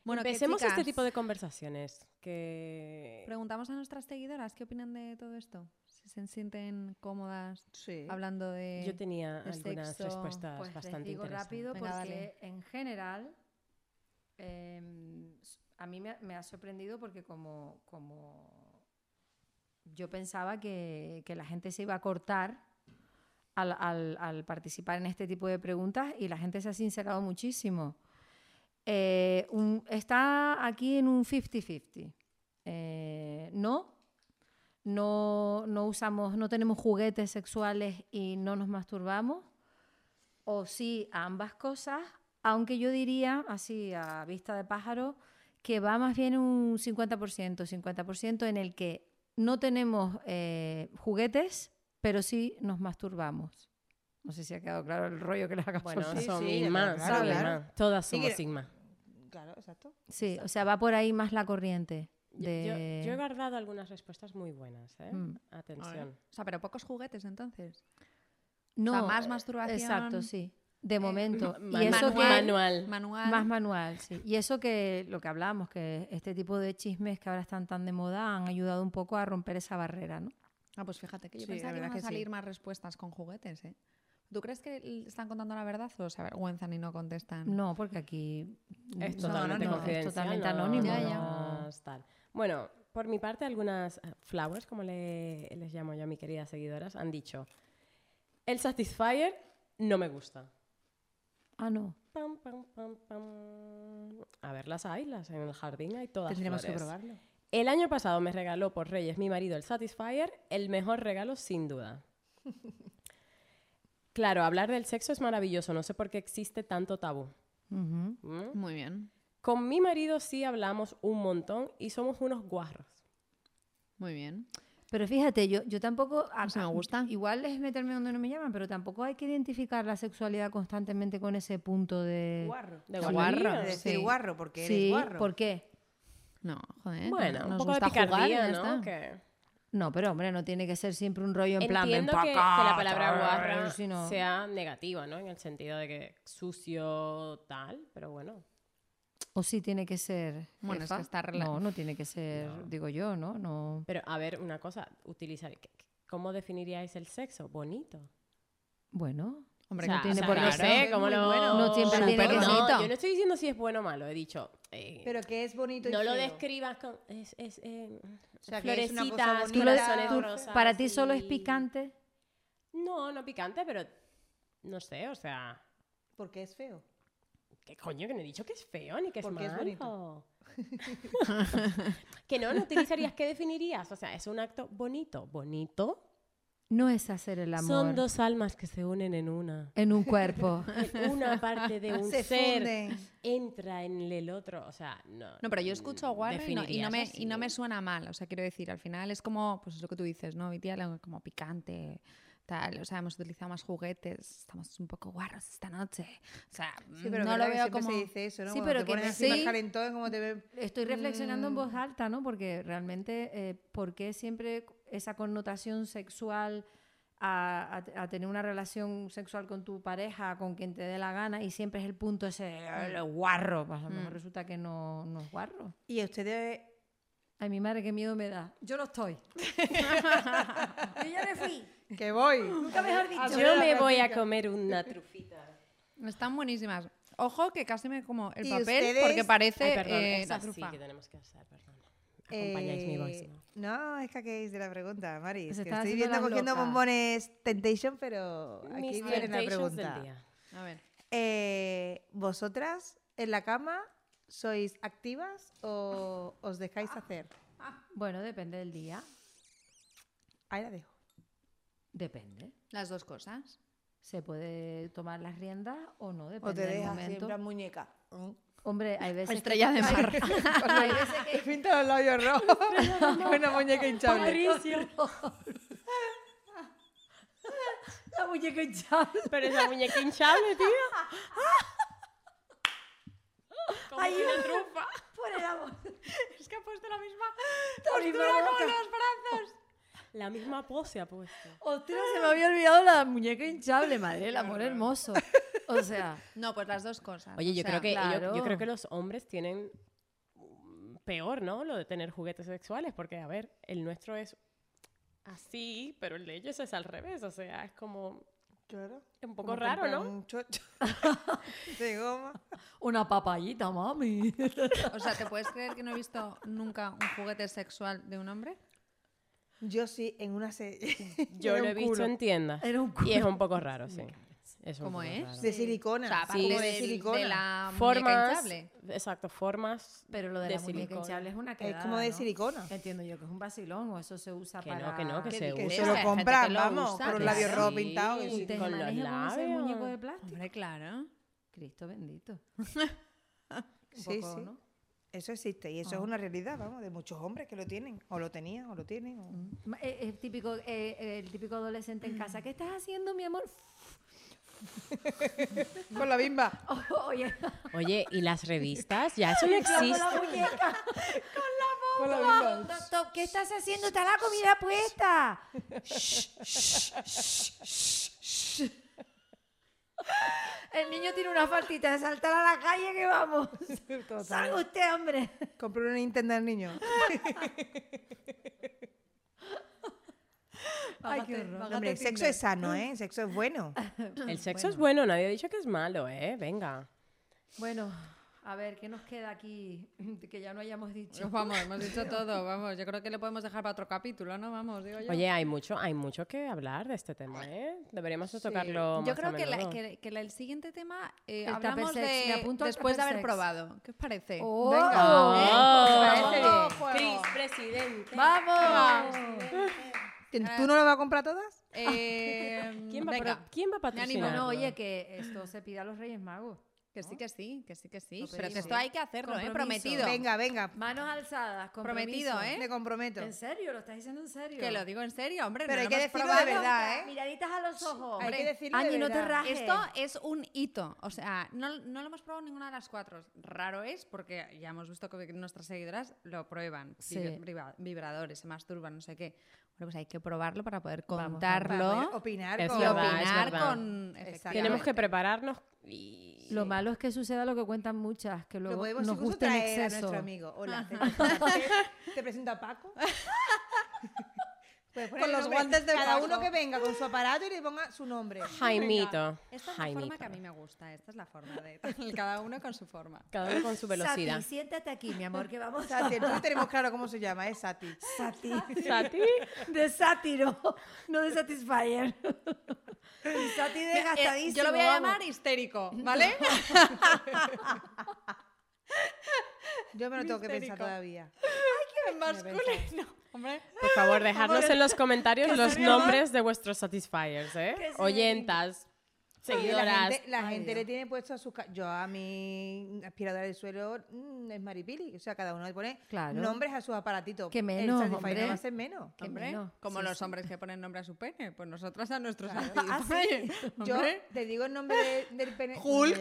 [SPEAKER 2] Bueno, ¿qué
[SPEAKER 1] Empecemos este
[SPEAKER 2] chicas?
[SPEAKER 1] tipo de conversaciones que
[SPEAKER 2] Preguntamos a nuestras seguidoras qué opinan de todo esto. Si se sienten cómodas
[SPEAKER 3] Sí.
[SPEAKER 2] hablando de...
[SPEAKER 1] yo tenía
[SPEAKER 2] de
[SPEAKER 1] algunas
[SPEAKER 2] sexo,
[SPEAKER 1] respuestas
[SPEAKER 4] este Pues les
[SPEAKER 1] bastante
[SPEAKER 4] digo
[SPEAKER 1] interesantes.
[SPEAKER 4] rápido
[SPEAKER 2] Venga, dale.
[SPEAKER 4] porque en general em, s- a mí me, ha- me ha sorprendido porque como, como yo pensaba que, que la gente se iba a cortar al, al- al participar en este tipo de preguntas y la gente se ha sincerado muchísimo. Eh, un- está aquí en un 50-50. Eh, no, no, no usamos, no tenemos juguetes sexuales y no nos masturbamos o sí a ambas cosas, aunque yo diría, así a vista de pájaro, que va más bien un 50%, 50% en el que no tenemos eh, juguetes, pero sí nos masturbamos. No sé si ha quedado claro el rollo que les acabo de
[SPEAKER 1] Bueno,
[SPEAKER 4] soltar.
[SPEAKER 3] Sí,
[SPEAKER 1] son
[SPEAKER 3] sí,
[SPEAKER 1] Inma,
[SPEAKER 3] claro,
[SPEAKER 1] son
[SPEAKER 3] claro.
[SPEAKER 1] Inma. Todas
[SPEAKER 3] Sí,
[SPEAKER 1] somos
[SPEAKER 3] que-
[SPEAKER 1] Inma.
[SPEAKER 3] Claro, exacto.
[SPEAKER 4] Sí, o sea, va por ahí más la corriente.
[SPEAKER 1] Yo- Yo,
[SPEAKER 4] De...
[SPEAKER 1] yo he guardado algunas respuestas muy buenas, ¿eh?
[SPEAKER 4] Mm.
[SPEAKER 1] Atención.
[SPEAKER 2] O sea, pero pocos juguetes entonces.
[SPEAKER 4] no,
[SPEAKER 2] sea, más
[SPEAKER 4] eh,
[SPEAKER 2] masturbación, Eh,
[SPEAKER 4] Exacto, sí. De momento.
[SPEAKER 1] Manual.
[SPEAKER 4] y eso que-
[SPEAKER 1] manual.
[SPEAKER 2] Manual.
[SPEAKER 4] Más manual, sí. Y eso que lo que hablábamos, que este tipo de chismes que ahora están tan de moda han ayudado un poco a romper esa barrera, ¿no?
[SPEAKER 2] Ah, pues fíjate que yo
[SPEAKER 3] Sí, la
[SPEAKER 2] pensaba que
[SPEAKER 3] verdad
[SPEAKER 2] iban a
[SPEAKER 3] que sí.
[SPEAKER 2] salir más respuestas con juguetes, ¿eh? ¿Tú crees que l- están contando la verdad o se avergüenzan y Ah, no contestan?
[SPEAKER 4] No, porque aquí
[SPEAKER 1] Es
[SPEAKER 4] no,
[SPEAKER 1] totalmente
[SPEAKER 4] no, es
[SPEAKER 1] confidencial.
[SPEAKER 4] totalmente
[SPEAKER 1] no-
[SPEAKER 4] anónimo.
[SPEAKER 2] Ya, ya.
[SPEAKER 4] no.
[SPEAKER 1] no es tal. Bueno, por mi parte, algunas eh, flowers, como le- les llamo yo a mis queridas seguidoras, han dicho, el Satisfyer no me gusta.
[SPEAKER 4] Ah, no.
[SPEAKER 1] Pam, pam, pam, pam. A ver, las hay, las en el jardín hay todas
[SPEAKER 3] Tendremos que
[SPEAKER 1] flores.
[SPEAKER 3] probarlo.
[SPEAKER 1] El año pasado me regaló por Reyes mi marido el Satisfyer, el mejor regalo sin duda. Claro, hablar del sexo es maravilloso, no sé por qué existe tanto tabú.
[SPEAKER 4] Ujú.
[SPEAKER 1] ¿Mm?
[SPEAKER 2] Muy bien,
[SPEAKER 1] Con mi marido sí hablamos un montón y somos unos guarros.
[SPEAKER 2] muy bien.
[SPEAKER 4] Pero fíjate, yo, yo tampoco... a-
[SPEAKER 2] O sea, me
[SPEAKER 4] a-
[SPEAKER 2] gusta.
[SPEAKER 4] Igual es meterme donde no me llaman, pero tampoco hay que identificar la sexualidad constantemente con ese punto de...
[SPEAKER 3] Guarro.
[SPEAKER 1] De
[SPEAKER 3] Sí,
[SPEAKER 1] guarro,
[SPEAKER 3] de decir
[SPEAKER 4] sí.
[SPEAKER 3] guarro, porque eres
[SPEAKER 4] sí,
[SPEAKER 3] guarro.
[SPEAKER 4] ¿por qué?
[SPEAKER 2] No, joder.
[SPEAKER 1] Bueno,
[SPEAKER 2] no-
[SPEAKER 1] un
[SPEAKER 2] nos
[SPEAKER 1] poco de
[SPEAKER 2] gusta jugar y
[SPEAKER 1] picardía,
[SPEAKER 2] ya
[SPEAKER 1] ¿no?
[SPEAKER 2] está.
[SPEAKER 1] Que-
[SPEAKER 4] No, pero hombre, no tiene que ser siempre un rollo en plan... ven
[SPEAKER 1] Entiendo
[SPEAKER 4] pa'
[SPEAKER 1] que, que
[SPEAKER 4] acá,
[SPEAKER 1] la palabra
[SPEAKER 4] tal,
[SPEAKER 1] guarra
[SPEAKER 4] sino-
[SPEAKER 1] sea negativa, ¿no? En el sentido de que sucio, tal, pero bueno.
[SPEAKER 4] O sí tiene que ser...
[SPEAKER 2] Bueno, es
[SPEAKER 4] jefa.
[SPEAKER 2] que está rela-
[SPEAKER 4] No, no tiene que ser, digo yo, ¿no? No...
[SPEAKER 1] Pero a ver, una cosa, utilizar... ¿qué- qué- ¿Cómo definiríais el sexo? Bonito.
[SPEAKER 4] Bueno,
[SPEAKER 2] Hombre,
[SPEAKER 1] O sea,
[SPEAKER 2] no tiene
[SPEAKER 1] o sea,
[SPEAKER 2] por qué
[SPEAKER 1] no
[SPEAKER 2] ser.
[SPEAKER 1] sé, cómo
[SPEAKER 3] muy
[SPEAKER 1] lo-
[SPEAKER 3] bueno.
[SPEAKER 4] No siempre
[SPEAKER 1] Súper
[SPEAKER 4] tiene que ser
[SPEAKER 1] no,
[SPEAKER 4] bonito.
[SPEAKER 1] Yo no estoy diciendo si es bueno o malo, he dicho... eh,
[SPEAKER 3] Pero que es bonito y
[SPEAKER 1] no lo
[SPEAKER 3] feo.
[SPEAKER 1] describas con... Es, es, eh,
[SPEAKER 3] sea, que es una cosa
[SPEAKER 1] florecitas,
[SPEAKER 3] bonita,
[SPEAKER 4] Tú lo-
[SPEAKER 1] corazones
[SPEAKER 4] tú-
[SPEAKER 1] rosas
[SPEAKER 4] para ti solo es
[SPEAKER 1] y-
[SPEAKER 4] picante.
[SPEAKER 1] No, no picante, pero... No sé, o sea...
[SPEAKER 3] Porque es feo.
[SPEAKER 1] ¿Qué coño? Que no he dicho que es feo ni que es
[SPEAKER 3] Porque es bonito.
[SPEAKER 1] malo. que no, no utilizarías, ¿qué definirías? O sea, es un acto bonito. Bonito.
[SPEAKER 4] No es hacer el amor
[SPEAKER 1] Son dos almas que se unen en una.
[SPEAKER 4] en un cuerpo.
[SPEAKER 1] En Una parte de un
[SPEAKER 3] Se
[SPEAKER 1] ser
[SPEAKER 3] funden.
[SPEAKER 1] entra en el otro. O sea, no.
[SPEAKER 2] No, pero yo escucho guarro y no, y no
[SPEAKER 1] definirías
[SPEAKER 2] me,
[SPEAKER 1] así.
[SPEAKER 2] y no me suena mal. O sea, quiero decir, al final es como, pues es lo que tú dices, ¿no? Mi tía la- como picante, tal. O sea, hemos utilizado más juguetes, estamos un poco guarros esta noche. O sea,
[SPEAKER 3] Sí, pero
[SPEAKER 2] no
[SPEAKER 3] ¿verdad
[SPEAKER 2] lo
[SPEAKER 3] que
[SPEAKER 2] veo
[SPEAKER 3] siempre
[SPEAKER 2] como...
[SPEAKER 3] se dice eso, ¿no?
[SPEAKER 4] Sí,
[SPEAKER 3] Cuando
[SPEAKER 4] pero
[SPEAKER 3] te
[SPEAKER 4] que
[SPEAKER 3] pones
[SPEAKER 4] no-
[SPEAKER 3] así más
[SPEAKER 4] sí.
[SPEAKER 3] calentón, como te ve...
[SPEAKER 4] Estoy reflexionando en
[SPEAKER 3] Mm.
[SPEAKER 4] voz alta, ¿no? Porque realmente, eh, ¿por qué siempre esa connotación sexual a, a- a tener una relación sexual con tu pareja, con quien te dé la gana, y siempre es el punto ese "Ay, guarro? Pues a lo mejor resulta que no, no es guarro.
[SPEAKER 3] Y ustedes...
[SPEAKER 4] Ay, mi madre, qué miedo me da. Yo no estoy. Yo ya me fui.
[SPEAKER 3] ¡Que voy! Ah, Nunca mejor
[SPEAKER 1] Yo me voy a comer una trufita.
[SPEAKER 2] Están buenísimas. Ojo que casi me como el
[SPEAKER 3] ¿Y
[SPEAKER 2] papel
[SPEAKER 3] ustedes?
[SPEAKER 2] porque parece
[SPEAKER 1] Ay, perdón,
[SPEAKER 2] eh,
[SPEAKER 1] esa
[SPEAKER 2] la
[SPEAKER 1] sí
[SPEAKER 2] trufa.
[SPEAKER 1] que tenemos que hacer, perdón. Acompañáis
[SPEAKER 3] Eh,
[SPEAKER 1] mi voice. ¿no?
[SPEAKER 3] No, es que aquí es de la pregunta, Mari.
[SPEAKER 4] Pues
[SPEAKER 3] es que
[SPEAKER 4] estaba
[SPEAKER 3] estoy
[SPEAKER 4] haciendo
[SPEAKER 3] viendo
[SPEAKER 4] la
[SPEAKER 3] cogiendo
[SPEAKER 4] loca.
[SPEAKER 3] bombones Temptation, pero aquí
[SPEAKER 1] Mis
[SPEAKER 3] viene la
[SPEAKER 1] temptations del
[SPEAKER 3] pregunta.
[SPEAKER 1] día.
[SPEAKER 2] A ver.
[SPEAKER 3] Eh, ¿Vosotras en la cama sois activas o os dejáis
[SPEAKER 1] Ah.
[SPEAKER 3] hacer?
[SPEAKER 4] Bueno, depende del día.
[SPEAKER 3] Ahí la dejo.
[SPEAKER 4] Depende.
[SPEAKER 2] Las dos cosas.
[SPEAKER 4] Se puede tomar las riendas o no, depende
[SPEAKER 3] O te
[SPEAKER 4] del
[SPEAKER 3] dejas
[SPEAKER 4] momento.
[SPEAKER 3] siempre muñeca.
[SPEAKER 4] Hombre, hay veces que-
[SPEAKER 2] Estrella de mar.
[SPEAKER 4] hay veces que-
[SPEAKER 3] Te pinta los labios rojos. con una muñeca hinchable.
[SPEAKER 4] La muñeca hinchable.
[SPEAKER 1] Pero esa muñeca hinchable, tío. Como
[SPEAKER 4] Ay,
[SPEAKER 1] una
[SPEAKER 4] no.
[SPEAKER 1] trufa.
[SPEAKER 4] Por el amor.
[SPEAKER 2] es que ha puesto la misma.
[SPEAKER 1] La misma pose ha puesto.
[SPEAKER 4] Ostras, se me había olvidado la muñeca hinchable, madre, el amor hermoso. O sea,
[SPEAKER 2] No, pues las dos cosas.
[SPEAKER 1] Oye,
[SPEAKER 2] O
[SPEAKER 1] yo
[SPEAKER 2] sea,
[SPEAKER 1] creo que ello- yo,
[SPEAKER 4] claro.
[SPEAKER 1] creo que los hombres tienen mm, peor, ¿no? Lo de tener juguetes sexuales, porque a ver, el nuestro es así, pero el de ellos es al revés, o sea, es como
[SPEAKER 3] Claro.
[SPEAKER 1] un
[SPEAKER 3] Como
[SPEAKER 1] poco raro,
[SPEAKER 3] comprar
[SPEAKER 1] ¿no?
[SPEAKER 3] un chocho de goma.
[SPEAKER 4] una papayita, mami.
[SPEAKER 2] O sea, ¿te puedes creer que no he visto nunca un juguete sexual de un hombre?
[SPEAKER 3] Yo sí, en una serie.
[SPEAKER 1] Yo
[SPEAKER 3] Era
[SPEAKER 1] lo he
[SPEAKER 3] un
[SPEAKER 1] visto
[SPEAKER 3] culo.
[SPEAKER 1] en tiendas
[SPEAKER 4] Era un
[SPEAKER 1] y es un poco raro, sí. Es un
[SPEAKER 2] ¿Cómo
[SPEAKER 3] pues
[SPEAKER 1] poco
[SPEAKER 2] es?
[SPEAKER 1] raro.
[SPEAKER 3] De
[SPEAKER 2] O
[SPEAKER 3] silicona.
[SPEAKER 2] sea, aparte
[SPEAKER 1] Sí.
[SPEAKER 2] del-
[SPEAKER 3] de
[SPEAKER 2] de,
[SPEAKER 3] silicona.
[SPEAKER 2] la muñeca
[SPEAKER 1] Formas,
[SPEAKER 2] hinchable.
[SPEAKER 1] exacto, formas
[SPEAKER 4] Pero lo de,
[SPEAKER 1] De
[SPEAKER 4] la muñeca
[SPEAKER 1] silicona.
[SPEAKER 4] hinchable es una quedada,
[SPEAKER 3] Es como de
[SPEAKER 4] ¿no?
[SPEAKER 3] silicona.
[SPEAKER 4] Entiendo yo que es un vacilón o eso se usa
[SPEAKER 1] Que no,
[SPEAKER 4] para...
[SPEAKER 1] que no, que se
[SPEAKER 3] Que
[SPEAKER 1] usa.
[SPEAKER 2] Hay
[SPEAKER 3] se lo
[SPEAKER 2] gente que
[SPEAKER 3] compran,
[SPEAKER 2] lo
[SPEAKER 3] vamos,
[SPEAKER 2] usa,
[SPEAKER 3] con un
[SPEAKER 4] claro.
[SPEAKER 3] labio rojo pintado. que
[SPEAKER 1] Sí.
[SPEAKER 3] sí.
[SPEAKER 4] ¿Te
[SPEAKER 1] con los
[SPEAKER 4] manejas como ese
[SPEAKER 1] labios.
[SPEAKER 4] muñeco de plástico?
[SPEAKER 2] Hombre, claro.
[SPEAKER 4] Cristo bendito. Un
[SPEAKER 3] Sí,
[SPEAKER 4] poco,
[SPEAKER 3] sí.
[SPEAKER 4] ¿no?
[SPEAKER 3] Eso existe y eso es una realidad, vamos, de muchos hombres que lo tienen, o lo tenían, o lo tienen. o-
[SPEAKER 4] Ma- eh, Es típico, eh, el típico adolescente en casa. ¿Qué estás haciendo, mi amor?
[SPEAKER 3] Con la bimba.
[SPEAKER 4] Oye,
[SPEAKER 1] Oye, ¿y las revistas? Ya eso no existe.
[SPEAKER 4] muñeca.
[SPEAKER 3] Con la bimba.
[SPEAKER 4] Doctor, ¿qué estás haciendo? Está la comida puesta. El niño tiene una faltita de saltar a la calle que vamos.
[SPEAKER 3] Total.
[SPEAKER 4] Salga usted, hombre.
[SPEAKER 3] Compré una Nintendo al niño.
[SPEAKER 4] Ay,
[SPEAKER 2] qué horror.
[SPEAKER 3] No, hombre, el sexo es sano, ¿eh? El sexo es bueno.
[SPEAKER 1] El sexo es bueno, nadie ha dicho que es malo, ¿eh? Venga.
[SPEAKER 4] Bueno, a ver, ¿qué nos queda aquí que ya no hayamos dicho?
[SPEAKER 2] Pues Vamos, hemos dicho todo, vamos. Yo creo que le podemos dejar para otro capítulo, ¿no? Vamos, digo yo.
[SPEAKER 1] Oye, hay mucho, hay mucho que hablar de este tema, ¿eh? Deberíamos de tocarlo más
[SPEAKER 2] Yo
[SPEAKER 1] a
[SPEAKER 2] creo que, la-
[SPEAKER 1] menudo.
[SPEAKER 2] que- que la- el siguiente tema eh,
[SPEAKER 4] El
[SPEAKER 2] hablamos
[SPEAKER 4] tupper sex,
[SPEAKER 2] de-
[SPEAKER 4] me apunto al
[SPEAKER 2] después de
[SPEAKER 4] tupper
[SPEAKER 2] haber
[SPEAKER 4] sex.
[SPEAKER 2] probado. ¿Qué os parece?
[SPEAKER 4] Oh.
[SPEAKER 2] Venga, ¿eh?
[SPEAKER 1] Oh,
[SPEAKER 2] Me parece
[SPEAKER 1] oh,
[SPEAKER 2] bien.
[SPEAKER 1] Cris, presidente.
[SPEAKER 2] ¡Vamos!
[SPEAKER 3] ¿Tú no lo vas a comprar todas?
[SPEAKER 2] Eh,
[SPEAKER 1] ¿Quién va,
[SPEAKER 2] venga.
[SPEAKER 1] a pro- ¿quién va a
[SPEAKER 2] Me animo,
[SPEAKER 1] patrocinar?
[SPEAKER 4] Eh, No, oye, que esto se pide a los Reyes Magos.
[SPEAKER 2] Que sí, que sí, que sí, que sí.
[SPEAKER 4] Lo
[SPEAKER 2] Pero que
[SPEAKER 4] pedimos.
[SPEAKER 2] esto hay que hacerlo, ¿eh?
[SPEAKER 4] Compromiso.
[SPEAKER 2] Prometido.
[SPEAKER 3] Venga, venga.
[SPEAKER 4] Manos alzadas,
[SPEAKER 2] Prometido,
[SPEAKER 4] compromiso.
[SPEAKER 2] ¿eh?
[SPEAKER 3] Me comprometo.
[SPEAKER 4] ¿En serio? ¿Lo estás diciendo en serio?
[SPEAKER 2] Que lo digo en serio, hombre.
[SPEAKER 3] Pero
[SPEAKER 2] no
[SPEAKER 3] hay
[SPEAKER 2] lo
[SPEAKER 3] que
[SPEAKER 2] hemos
[SPEAKER 3] decirlo de
[SPEAKER 2] probado.
[SPEAKER 3] verdad, ¿eh?
[SPEAKER 4] Miraditas a los ojos.
[SPEAKER 3] Hay que decirlo de
[SPEAKER 4] Angie, no te
[SPEAKER 3] verdad.
[SPEAKER 4] rajes.
[SPEAKER 2] Esto es un hito, o sea, no, no lo hemos probado ninguna de las cuatro. Raro es porque ya hemos visto que nuestras seguidoras lo prueban,
[SPEAKER 4] Sí.
[SPEAKER 2] Vibra- vibra- vibradores, se masturban, no sé qué. Bueno, pues hay que probarlo para poder
[SPEAKER 4] Vamos, vamos.
[SPEAKER 3] Para
[SPEAKER 2] contarlo
[SPEAKER 3] poder ¿eh? opinar
[SPEAKER 1] Es
[SPEAKER 2] y
[SPEAKER 3] con-
[SPEAKER 1] verdad, es
[SPEAKER 2] opinar
[SPEAKER 1] verdad.
[SPEAKER 2] con.
[SPEAKER 3] Exacto.
[SPEAKER 1] Tenemos que
[SPEAKER 2] efectivamente.
[SPEAKER 1] prepararnos y...
[SPEAKER 4] Lo malo es que suceda lo que cuentan muchas, que
[SPEAKER 3] Lo
[SPEAKER 4] luego
[SPEAKER 3] podemos
[SPEAKER 4] nos
[SPEAKER 3] incluso
[SPEAKER 4] gusta en
[SPEAKER 3] traer a
[SPEAKER 4] exceso.
[SPEAKER 3] nuestro amigo. Hola, te, presento a Pep, te presento a Paco. Puedes
[SPEAKER 2] Con
[SPEAKER 3] poner el
[SPEAKER 2] los
[SPEAKER 3] nombre,
[SPEAKER 2] guantes de
[SPEAKER 3] Cada
[SPEAKER 2] Paco.
[SPEAKER 3] uno que venga con su aparato y le ponga su nombre.
[SPEAKER 1] Jaimito.
[SPEAKER 2] Esta es la forma
[SPEAKER 1] Jaimito.
[SPEAKER 2] que a mí me gusta, esta es la forma de. Cada uno con su forma.
[SPEAKER 1] Cada uno con su velocidad.
[SPEAKER 4] Sapi, siéntate aquí, mi amor, que vamos a...
[SPEAKER 3] Sati, entonces tenemos claro cómo se llama, es Sati.
[SPEAKER 4] Sati.
[SPEAKER 1] Sati.
[SPEAKER 4] De sátiro, no de satisfier. Y Sati desgastadísimo.
[SPEAKER 2] yo lo voy a
[SPEAKER 4] vamos.
[SPEAKER 2] llamar histérico, ¿vale?
[SPEAKER 3] Yo me lo tengo que pensar
[SPEAKER 2] Histérico.
[SPEAKER 3] todavía.
[SPEAKER 2] masculino. Hombre.
[SPEAKER 1] Por favor, dejadnos en los comentarios los
[SPEAKER 2] sería, ¿no?
[SPEAKER 1] nombres de vuestros satisfiers, ¿eh?
[SPEAKER 4] Que sí.
[SPEAKER 1] Oyentas,
[SPEAKER 3] Y la
[SPEAKER 1] seguidoras.
[SPEAKER 3] gente, la
[SPEAKER 4] Ay,
[SPEAKER 3] gente
[SPEAKER 4] Dios.
[SPEAKER 3] le tiene puesto a sus... ca- Yo a mi aspiradora del suelo mm, es maripili. O sea, cada uno le pone
[SPEAKER 4] Claro.
[SPEAKER 3] nombres a sus aparatitos.
[SPEAKER 4] Qué
[SPEAKER 3] El
[SPEAKER 4] menos,
[SPEAKER 3] Satisfyer
[SPEAKER 4] hombre.
[SPEAKER 3] no va a ser menos.
[SPEAKER 4] Qué
[SPEAKER 2] Hombre,
[SPEAKER 4] menos.
[SPEAKER 2] como
[SPEAKER 4] Sí,
[SPEAKER 2] los
[SPEAKER 4] sí.
[SPEAKER 2] hombres que ponen nombre a su pene, pues nosotras a nuestros
[SPEAKER 4] Ah,
[SPEAKER 2] amigos.
[SPEAKER 4] sí.
[SPEAKER 2] Oye,
[SPEAKER 3] Yo
[SPEAKER 2] hombre,
[SPEAKER 3] te digo el nombre de- del pene... Hulk.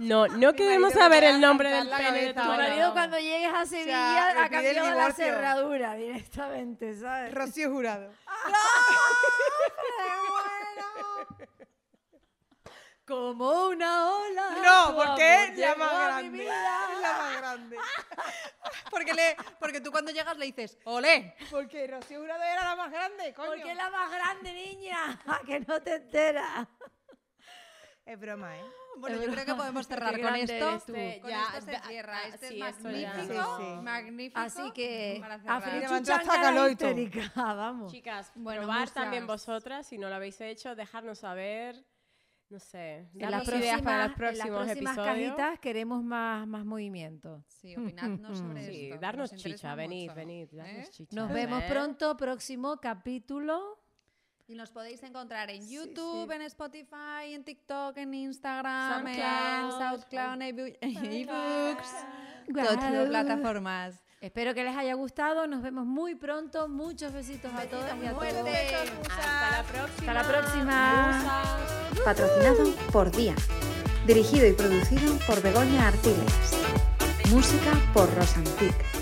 [SPEAKER 1] No, no queremos
[SPEAKER 3] marido me
[SPEAKER 1] saber
[SPEAKER 3] acaba
[SPEAKER 1] el
[SPEAKER 3] de
[SPEAKER 1] nombre del
[SPEAKER 3] arrancar la
[SPEAKER 1] pene de tu
[SPEAKER 3] cabeza
[SPEAKER 4] Tu
[SPEAKER 3] ahora.
[SPEAKER 1] marido.
[SPEAKER 4] marido cuando llegues a Sevilla
[SPEAKER 3] Ah, le
[SPEAKER 4] ha
[SPEAKER 3] pide el
[SPEAKER 4] cambiado la
[SPEAKER 3] divorcio.
[SPEAKER 4] cerradura directamente, ¿sabes?
[SPEAKER 3] Rocío Jurado.
[SPEAKER 4] ¡Ah! Como una ola.
[SPEAKER 3] No,
[SPEAKER 4] tu
[SPEAKER 3] porque
[SPEAKER 4] amor
[SPEAKER 3] es la
[SPEAKER 4] llegó
[SPEAKER 3] más
[SPEAKER 4] a mi
[SPEAKER 3] grande. Es
[SPEAKER 4] vida.
[SPEAKER 3] la más grande.
[SPEAKER 2] porque, le, porque tú cuando llegas le dices, ¡olé!
[SPEAKER 3] Porque Rocío Jurado era la más grande, coño.
[SPEAKER 4] Porque es la más grande, niña, que no te enteras.
[SPEAKER 3] Es broma, ¿eh?
[SPEAKER 2] Bueno, yo creo que podemos cerrar
[SPEAKER 1] Qué
[SPEAKER 2] con
[SPEAKER 1] grande
[SPEAKER 2] esto.
[SPEAKER 1] eres tú.
[SPEAKER 2] Con
[SPEAKER 1] Ya,
[SPEAKER 2] esto se
[SPEAKER 1] da-
[SPEAKER 2] cierra.
[SPEAKER 1] ah,
[SPEAKER 2] Este
[SPEAKER 1] sí,
[SPEAKER 2] es
[SPEAKER 1] esto ya.
[SPEAKER 2] magnífico,
[SPEAKER 3] Sí, sí.
[SPEAKER 2] magnífico.
[SPEAKER 4] Así que
[SPEAKER 2] para cerrar.
[SPEAKER 4] a Fritz
[SPEAKER 3] Levantó hasta
[SPEAKER 4] Chuchanga la
[SPEAKER 3] Caloito.
[SPEAKER 4] histérica, vamos.
[SPEAKER 1] Chicas,
[SPEAKER 2] Bueno,
[SPEAKER 1] probar
[SPEAKER 2] muchas.
[SPEAKER 1] también vosotras, si no lo habéis hecho, dejadnos saber, no sé,
[SPEAKER 4] En
[SPEAKER 1] darnos
[SPEAKER 4] las próximas,
[SPEAKER 1] ideas para los
[SPEAKER 4] en las
[SPEAKER 1] próximos
[SPEAKER 4] próximas
[SPEAKER 1] episodios.
[SPEAKER 4] cajitas queremos más, más movimiento.
[SPEAKER 2] Sí, opinadnos sobre esto.
[SPEAKER 1] Mm. Sí,
[SPEAKER 2] que
[SPEAKER 1] darnos
[SPEAKER 2] nos interesa
[SPEAKER 1] chicha, venid,
[SPEAKER 2] mucho.
[SPEAKER 1] venid, darnos
[SPEAKER 2] ¿Eh?
[SPEAKER 1] chicha.
[SPEAKER 4] Nos vemos
[SPEAKER 1] ¿eh?
[SPEAKER 4] pronto, próximo capítulo.
[SPEAKER 2] Y nos podéis encontrar en YouTube, en Spotify, en TikTok, en Instagram, en
[SPEAKER 1] SoundCloud.
[SPEAKER 2] SoundCloud, en ebu- en ebooks. Todas las
[SPEAKER 4] Guau.
[SPEAKER 2] plataformas.
[SPEAKER 4] Espero que les haya gustado. Nos vemos muy pronto. Muchos besitos a todas y a todos.
[SPEAKER 1] Hasta la próxima.
[SPEAKER 4] Hasta la próxima.
[SPEAKER 7] Patrocinado por Día. Dirigido y producido por Begoña Artiles. Música por Rosantic.